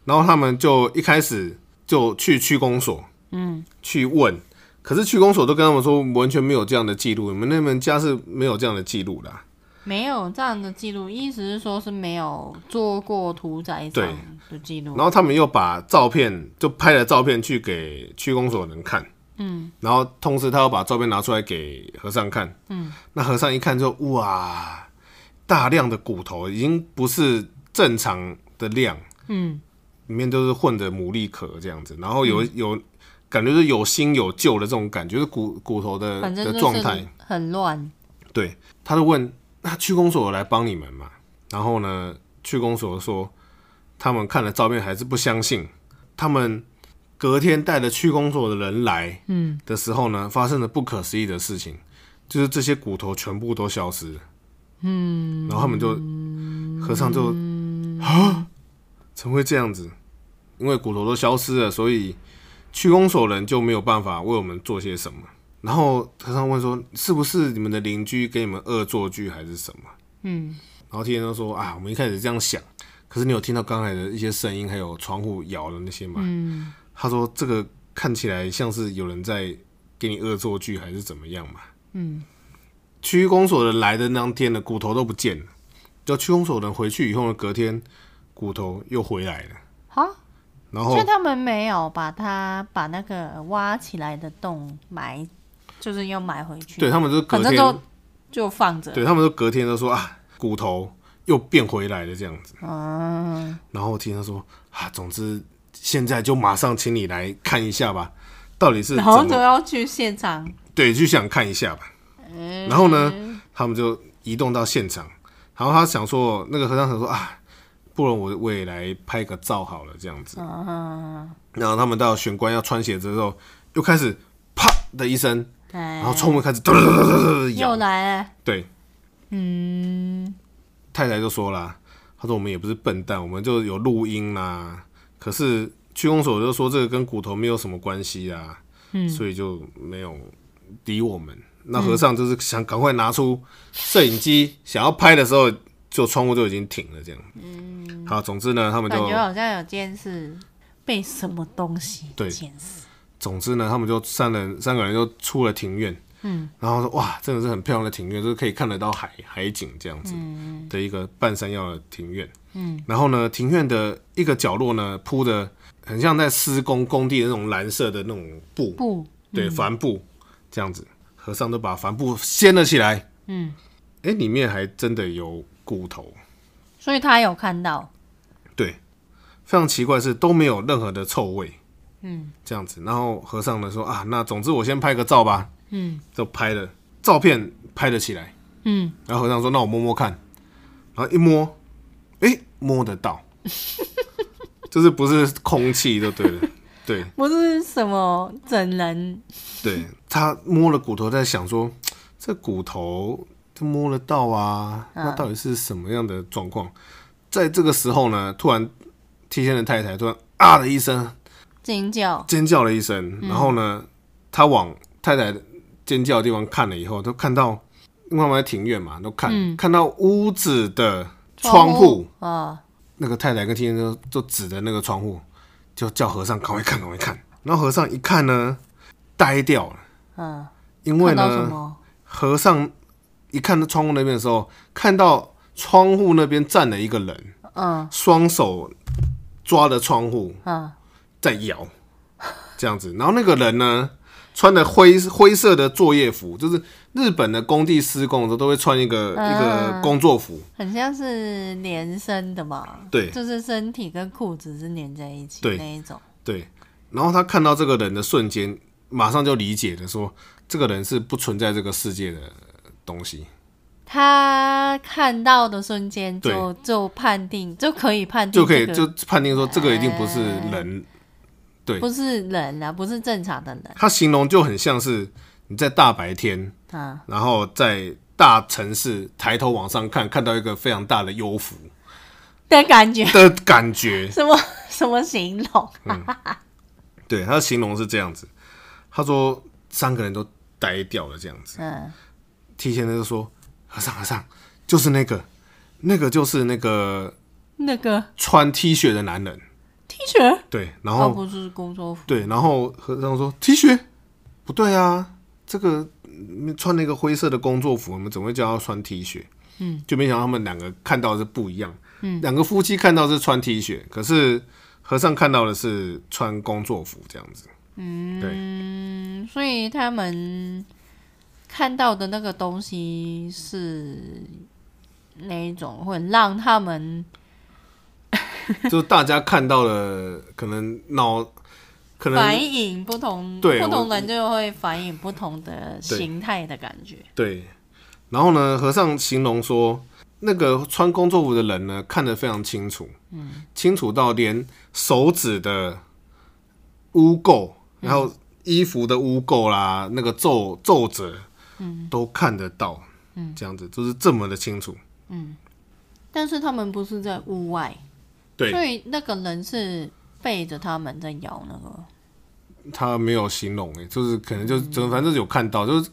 然后他们就一开始就去区公所，嗯，去问，可是区公所都跟他们说完全没有这样的记录，你们那边家是没有这样的记录的啊、
没有这样的记录，意思是说是没有做过屠宰场
对
的记录
然，后他们又把照片就拍了照片去给区公所的人看，嗯，然后同时他又把照片拿出来给和尚看，嗯，那和尚一看就哇，大量的骨头已经不是正常的量，
嗯，
里面都是混着牡蛎壳这样子，然后有、有感觉是有新有旧的这种感觉，就是骨骨头的
反正
呃的
就
状
是
态，
很乱，
对，他就问那区公所有来帮你们嘛？然后呢，区公所说他们看了照片还是不相信，他们隔天带着区公所的人来，嗯，的时候呢，发生了不可思议的事情，就是这些骨头全部都消失了，嗯，然后他们就和尚就啊，怎么会这样子？因为骨头都消失了，所以区公所人就没有办法为我们做些什么。然后和尚问说：“是不是你们的邻居给你们恶作剧还是什么
嗯，？”
然后天天都说：“啊，我们一开始这样想，可是你有听到刚才的一些声音，还有窗户摇的那些吗？”
嗯
他说：“这个看起来像是有人在给你恶作剧，还是怎么样嘛？”嗯，区公所的来的那天的骨头都不见了，就区公所的人回去以后呢，隔天骨头又回来了，
好。
哦然
所以
后
他们没有把它把那个挖起来的洞埋，就是又埋回去。
对，他们就是隔
反正
天
都就放着。
对他们都隔天都说啊，骨头又变回来了这样子。
嗯，
然后我听他说啊，总之现在就马上请你来看一下吧，到底是怎
然后
么
都要去现场。
对，就想看一下吧。然后呢，他们就移动到现场，然后他想说，那个和尚想说啊，不然我我也来拍个照好了，这样子。
嗯
然后他们到玄关要穿鞋子的时候，又开始啪的一声，
哎
然后窗户开始嘟嘟嘟嘟嘟嘟
又
摇，
来了，
对，
嗯，
太太就说啦，她说我们也不是笨蛋，我们就有录音啦、可是区公所就说这个跟骨头没有什么关系啊，嗯，所以就没有理我们。那和尚就是想赶快拿出摄影机，想要拍的时候，就窗户就已经停了这样。嗯，好，总之呢，他们
感
就
觉好像有件事被什么东西
对
监视。
总之呢，他们就三人三个人就出了庭院，嗯，然后说哇，真的是很漂亮的庭院，就是可以看得到海海景这样子的一个半山腰的庭院，嗯，然后呢，庭院的一个角落呢铺的很像在施工工地的那种蓝色的那种布，嗯
不，
对，帆布这样子，和尚都把帆布掀了起来，
嗯，
哎，里面还真的有骨头，
所以他有看到，
对，非常奇怪是都没有任何的臭味，
嗯，
这样子。然后和尚呢说啊，那总之我先拍个照吧，
嗯，
就拍了照片拍了起来。
嗯，
然后和尚说那我摸摸看，然后一摸，诶，摸得 到，就是不是空气就对了，对
不是什么整人，
对，他摸了骨头在想说这骨头就摸得到啊，那到底是什么样的状况？在这个时候呢，突然提线的太太突然啊的一声
惊叫，
尖叫了一声，然后呢，他往太太尖叫的地方看了以后，都看到因为我们在庭院嘛，都看、看到屋子的嗯窗户，
啊，
那个太太跟青年就就指着那个窗户，就叫和尚赶快看，赶快看。然后和尚一看呢，呆掉了，
嗯，
因为
看到什
呢，
么？
和尚一看到窗户那边的时候，看到窗户那边站了一个人，
嗯
双手抓着窗户
嗯，
在摇，这样子。然后那个人呢，穿的灰灰色的作业服，就是日本的工地施工的时候都会穿一个、一
嗯
个工作服，
很像是连身的嘛，
对
就是身体跟裤子是连在一起
对
那一种，
对。然后他看到这个人的瞬间，马上就理解了说，这个人是不存在这个世界的东西。
他看到的瞬间
对
就就判定就可以判定、
就可
这
以
个、
就判定说这个一定不是人。对
不是人啊，不是正常的人
他形容就很像是你在大白天，
啊，
然后在大城市抬头往上看，看到一个非常大的幽浮
的感觉，
的感觉。
什么什么形容？
对，他的形容是这样子，他说三个人都呆掉了这样子。
嗯，
T 先生就说：“和尚，和尚，就是那个，那个就是那个
那个
穿 T 恤的男人。
T 恤，”
对，然
哦，
后
不是工作服，
对，然后和尚说：“T 恤不对啊，这个嗯穿那个灰色的工作服，我们怎么会叫他穿 T 恤？”嗯，就没想到他们两个看到的是不一样。嗯，两个夫妻看到是穿 T 恤，可是和尚看到的是穿工作服这样子。嗯，对，
嗯，所以他们看到的那个东西是那一种会让他
嗯
们
就是大家看到了，可能脑可
反
能
映不同，
对
不同
我
人就会反映不同的形态的感觉。
对。然后呢，和尚形容说，那个穿工作服的人呢，看得非常清楚，嗯，清楚到连手指的污垢，然后衣服的污垢啦，那个皱皱褶，嗯，都看得到，嗯，这样子就是这么的清楚，
但是他们不是在屋外，所
对
以那个人是背着他们在摇那个。
他没有形容，哎，就是可能就是
嗯
反正就是有看到，就是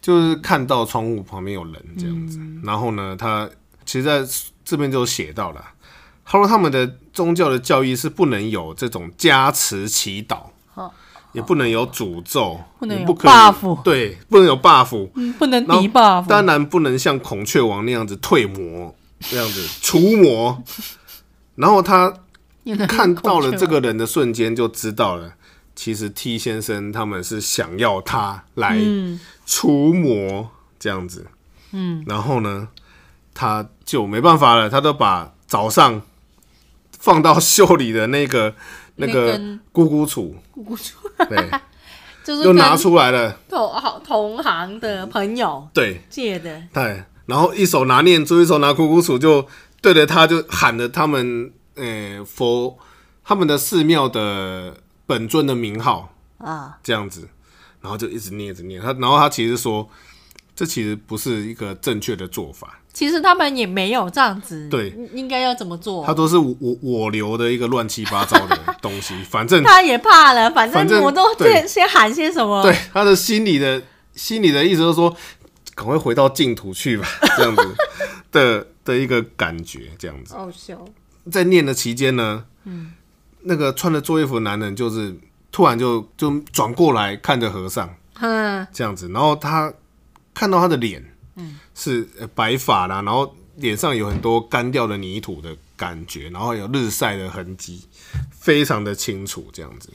就是看到窗户旁边有人这样子，
嗯
然后呢，他其实在这边就有写到了。他说他们的宗教的教义是不能有这种加持祈祷，
好，
也不能有诅咒，
不能有
也不可以
buff
对，不能有 buff，
嗯，不能
然后
敌吧？
当然不能像孔雀王那样子退魔，这样子除魔。然后他
也能
看到了这
控制
个人的瞬间，就知道了，其实 T 先生他们是想要他来除魔这样子。嗯，然后呢，他就没办法了，他都把早上放到袖里的那个那
那
个
根
咕咕杵，
我，我就
对，
就是
又
跟
拿出来了，
同好同行的朋友
对，
借的，
对，然后一手拿念珠，一手拿苦苦杵，就对着他就喊着他们呃佛他们的寺庙的本尊的名号
啊
这样子，然后就一直念着念他，然后他其实说这其实不是一个正确的做法，
其实他们也没有这样子，
对
应，应该要怎么做？
他都是我我我留的一个乱七八糟的东西，反正
他也怕了，反
反正
我都
对
先先喊些什么？
对他的心里的心里的意思就是说，赶快回到净土去吧，这样子的的一个感觉，这样子。
好笑，
在念的期间呢，那个穿着作业服的男人就是突然就就转过来看着和尚
嗯，
这样子，然后他看到他的脸，是呃白发啦，然后脸上有很多干掉的泥土的感觉，然后有日晒的痕迹，非常的清楚这样子。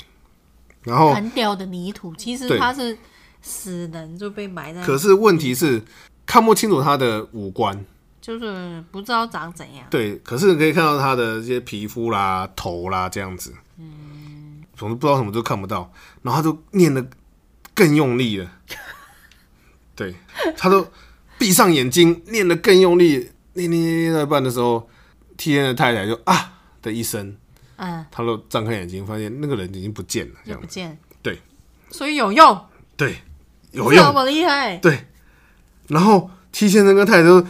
然后，
干掉的泥土，其实
哦对
他是死人就被埋在，
可是问题是看不清楚他的五官，
就是不知道长怎样。
对，可是你可以看到他的一些皮肤啦、头啦这样子，嗯，总之不知道什么都看不到，然后他就念的更用力了，对，他都闭上眼睛念的更用力，念念念念到一半的时候，T N 的太太就啊的一声，
嗯，
他都张开眼睛，发现那个人已经不见了，这
就
样
不
子，
见，
对
所以有用，
对，有
这
用，
么厉害，
对，然后 T 先生跟太太就啊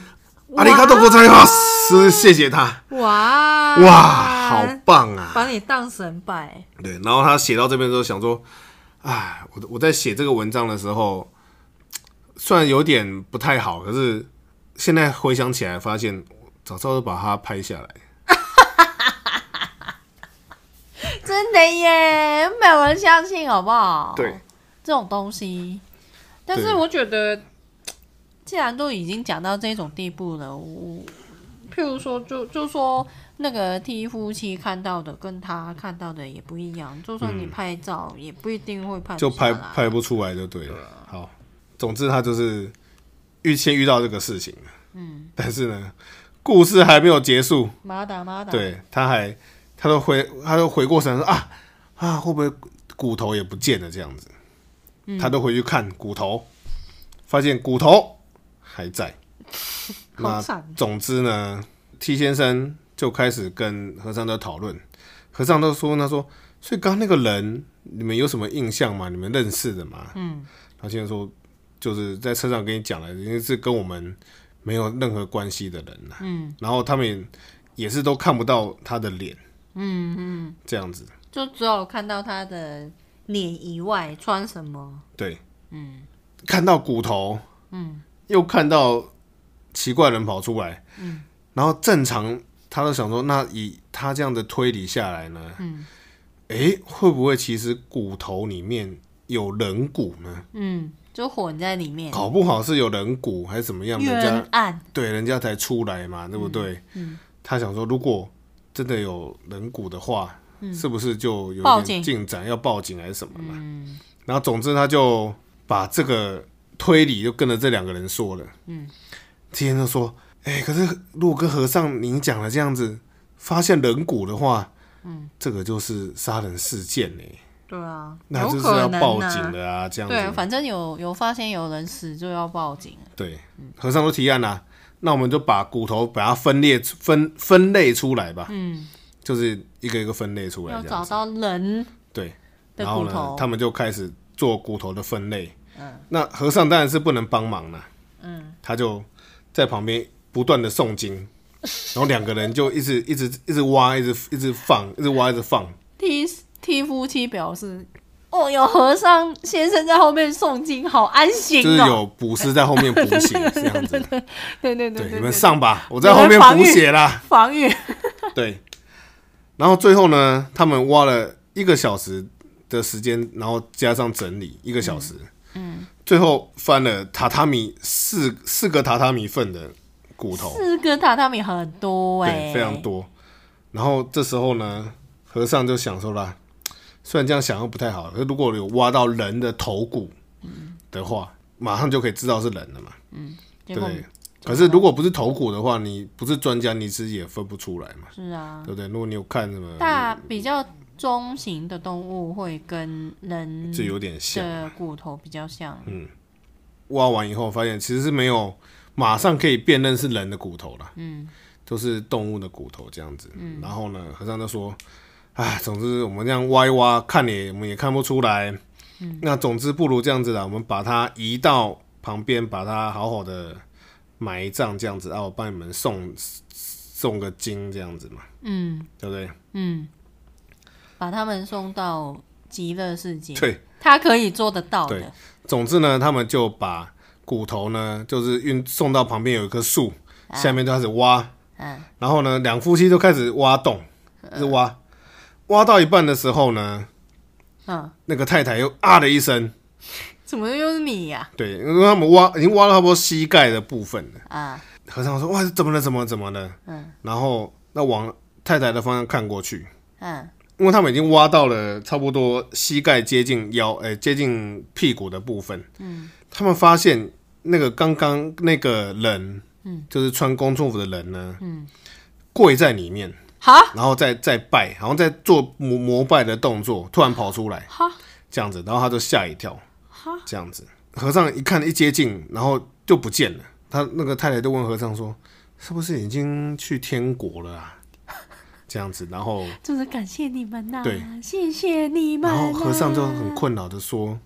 阿里嘎多
哇
国在哈斯，谢谢他，
哇
哇，好棒啊！
把你当神拜，
对，然后他写到这边之后想说，哎，我我在写这个文章的时候，虽然有点不太好，可是现在回想起来，发现早知道就把它拍下来。
真的耶，没有人相信，好不好？
对，
这种东西，但是
对
我觉得，既然都已经讲到这种地步了，我譬如说，就就说那个替夫妻看到的跟他看到的也不一样，就算你拍照，也不一定会拍
就
得下
拍
来啊
拍不出来就对了。好，总之他就是预先遇到这个事情嗯，但是呢，故事还没有结束，
马达马达，，
对，他还他都回他都回过神说啊啊，会不会骨头也不见了这样子？他都回去看骨头，发现骨头还在。
好
那
惨，
总之呢，T 先生就开始跟和尚都讨论，和尚都说他说，所以刚刚那个人你们有什么印象吗？你们认识的吗？嗯，然后先生说就是在车上跟你讲了，因为是跟我们没有任何关系的人、啊、嗯，然后他们也也是都看不到他的脸，嗯嗯，这样子，
就只有看到他的脸以外穿什么，
对，嗯，看到骨头，嗯，又看到奇怪人跑出来，嗯，然后正常他都想说，那以他这样的推理下来呢，嗯，诶，会不会其实骨头里面有人骨呢？
嗯，就混在里面，
搞不好是有人骨还是怎么样？人
冤
家
案，
对人家才出来嘛，对不对？嗯，他想说，如果真的有人骨的话，
嗯
是不是就有
报
点
警
进展，要报警还是什么嘛？
嗯
然后总之他就把这个推理就跟着这两个人说了。嗯，今天就说，哎、可是如果跟和尚您讲的这样子，发现人骨的话，嗯，这个就是杀人事件呢、
对啊，
那
有
就是
可
要
能
报
啊
警的啊，这样子。
对，反正有有发现有人死就要报警。
对，和尚都提案啦、啊那我们就把骨头把它分裂出分分类出来吧，
嗯，
就是一个一个分类出来
要
这
找
样子。
到人
对，
的
然后
骨
呢
头，。
他们就开始做骨头的分类。嗯，那和尚当然是不能帮忙了。嗯，他就在旁边不断的诵 经，然后两个人就一直一直一直挖，一直一直放，一直挖，一直放。
替替夫妻表示，哦，有和尚先生在后面诵经，好安心
就是
哦。
有捕师在后面补血这样 子，
对对
对，
对对
你
对
们上吧，我在后面补血啦。
防御，
哦对，然后最后呢，他们挖了一个小时的时间，然后加上整理一个小时，嗯，最后翻了榻榻米四四个榻榻米份的骨头，
四个榻榻米很多哎、
对，非常。多。然后这时候呢，和尚就想说啦，虽然这样想又不太好，可是如果有挖到人的头骨的话，马上就可以知道是人了嘛，
结
对
果
不对。可是如果不是头骨的话，你不是专家，你其实也分不出来嘛，
是啊
对，不对？如果你有看什么，
大比较中型的动物会跟人
就有点像。
的骨头比较像，
嗯挖完以后发现其实是没有马上可以辨认是人的骨头啦，嗯，都是动物的骨头这样子。嗯，然后呢，和尚就说：“哎，总之我们这样挖一挖，看也我们也看不出来。嗯，那总之不如这样子啦，我们把它移到旁边，把它好好的埋葬这样子啊，我帮你们送送个经这样子嘛，
嗯
对不对？
嗯，把他们送到极乐世界，
对，
他可以做得到
对
的。
总之呢，他们就把骨头呢，就是运送到旁边有一棵树下面，就开始挖。
嗯
然后呢，两夫妻就开始挖洞，一直挖，挖到一半的时候呢，
嗯，
那个太太又啊的一声，
怎么又是你呀、
对，因为他们挖已经挖到差不多膝盖的部分了。
啊？
和尚说：“哇，怎么了？怎么了怎么了？”嗯，然后那往太太的方向看过去，
嗯
因为他们已经挖到了差不多膝盖接近腰，哎、接近屁股的部分。嗯，他们发现那个刚刚那个人，嗯，就是穿工作服的人呢，嗯，跪在里面。
哈
然后再再拜，好像在做膜膜拜的动作，突然跑出来
哈
这样子，然后他就吓一跳，
哈，
这样子。和尚一看一接近，然后就不见了。他那个太太就问和尚说：“是不是已经去天国了啊？”这样子，然后
就是感谢你们呐、
对
谢谢你们、
然
啊。
后和尚就很困扰的说：“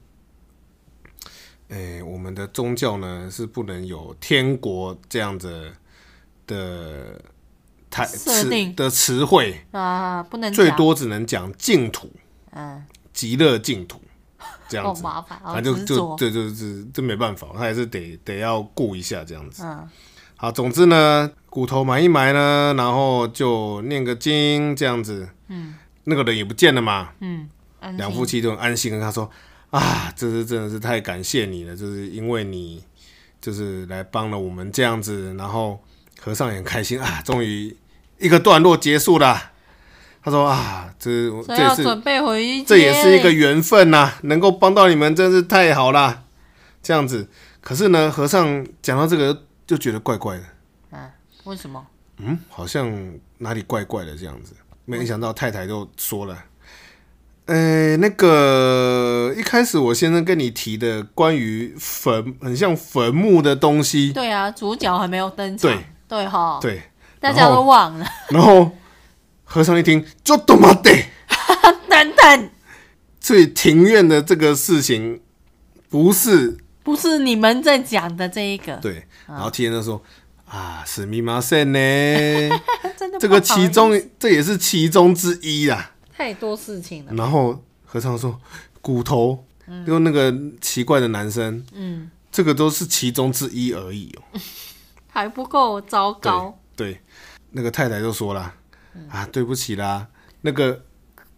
哎、我们的宗教呢是不能有天国这样子的台
设
词
定
的词汇，
啊，不能
最
讲
多只能讲净土。”
嗯
极乐净土。这样
好
子，
麻烦，哦好
反正
执
就就
着，
对，就是这没办法，他还是得得要顾一下这样子。
嗯，
好，总之呢，骨头埋一埋呢，然后就念个经这样子。嗯，那个人也不见了嘛，
安
两
心
夫妻都很安心跟他说：“啊，这是真的是太感谢你了，就是因为你就是来帮了我们这样子。”然后和尚也很开心啊，终于一个段落结束了。他说：“啊，这
所
这
以要
也是
准备回去接，
这也是一个缘分呐、能够帮到你们真是太好啦。这样子，可是呢，和尚讲到这个就觉得怪怪的，
嗯，为什么？
嗯，好像哪里怪怪的这样子。没想到太太就说了，呃，那个一开始我先生跟你提的关于坟很像坟墓的东西，
对啊，主角还没有登场
对，
对哈，
对，
大家
然后
都忘了，
然后和尚一听，就他妈的，
等等，
所以庭院的这个事情不是
不是你们在讲的这一个，
对，然后 T N 就说啊，是密码线呢，
真的
这
不
个
好
其中这也是其中之一啊啦。
太多事情了，
然后和尚说，骨头，就那个奇怪的男生，
嗯，
这个都是其中之一而已哦。
还不够糟糕，
对，对那个太太就说啦，
嗯
啊，对不起啦，那个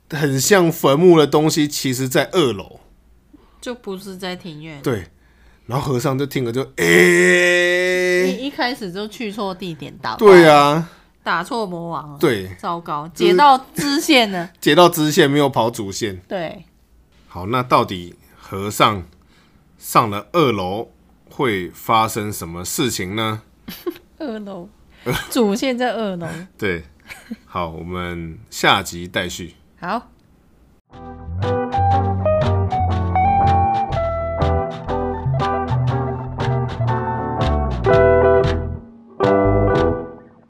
很像坟墓的东西，其实在二楼。
就不是在庭院，
对，然后和尚就听了就，诶、
你一开始就去错地点打，
对，啊，
打错魔王了，，
对，
糟糕，
就是
解到支线了，
截到支线没有跑主线。
对，
好，那到底和尚上了二楼会发生什么事情呢？
二楼，主线在二楼，
对，好，我们下集待续。
好。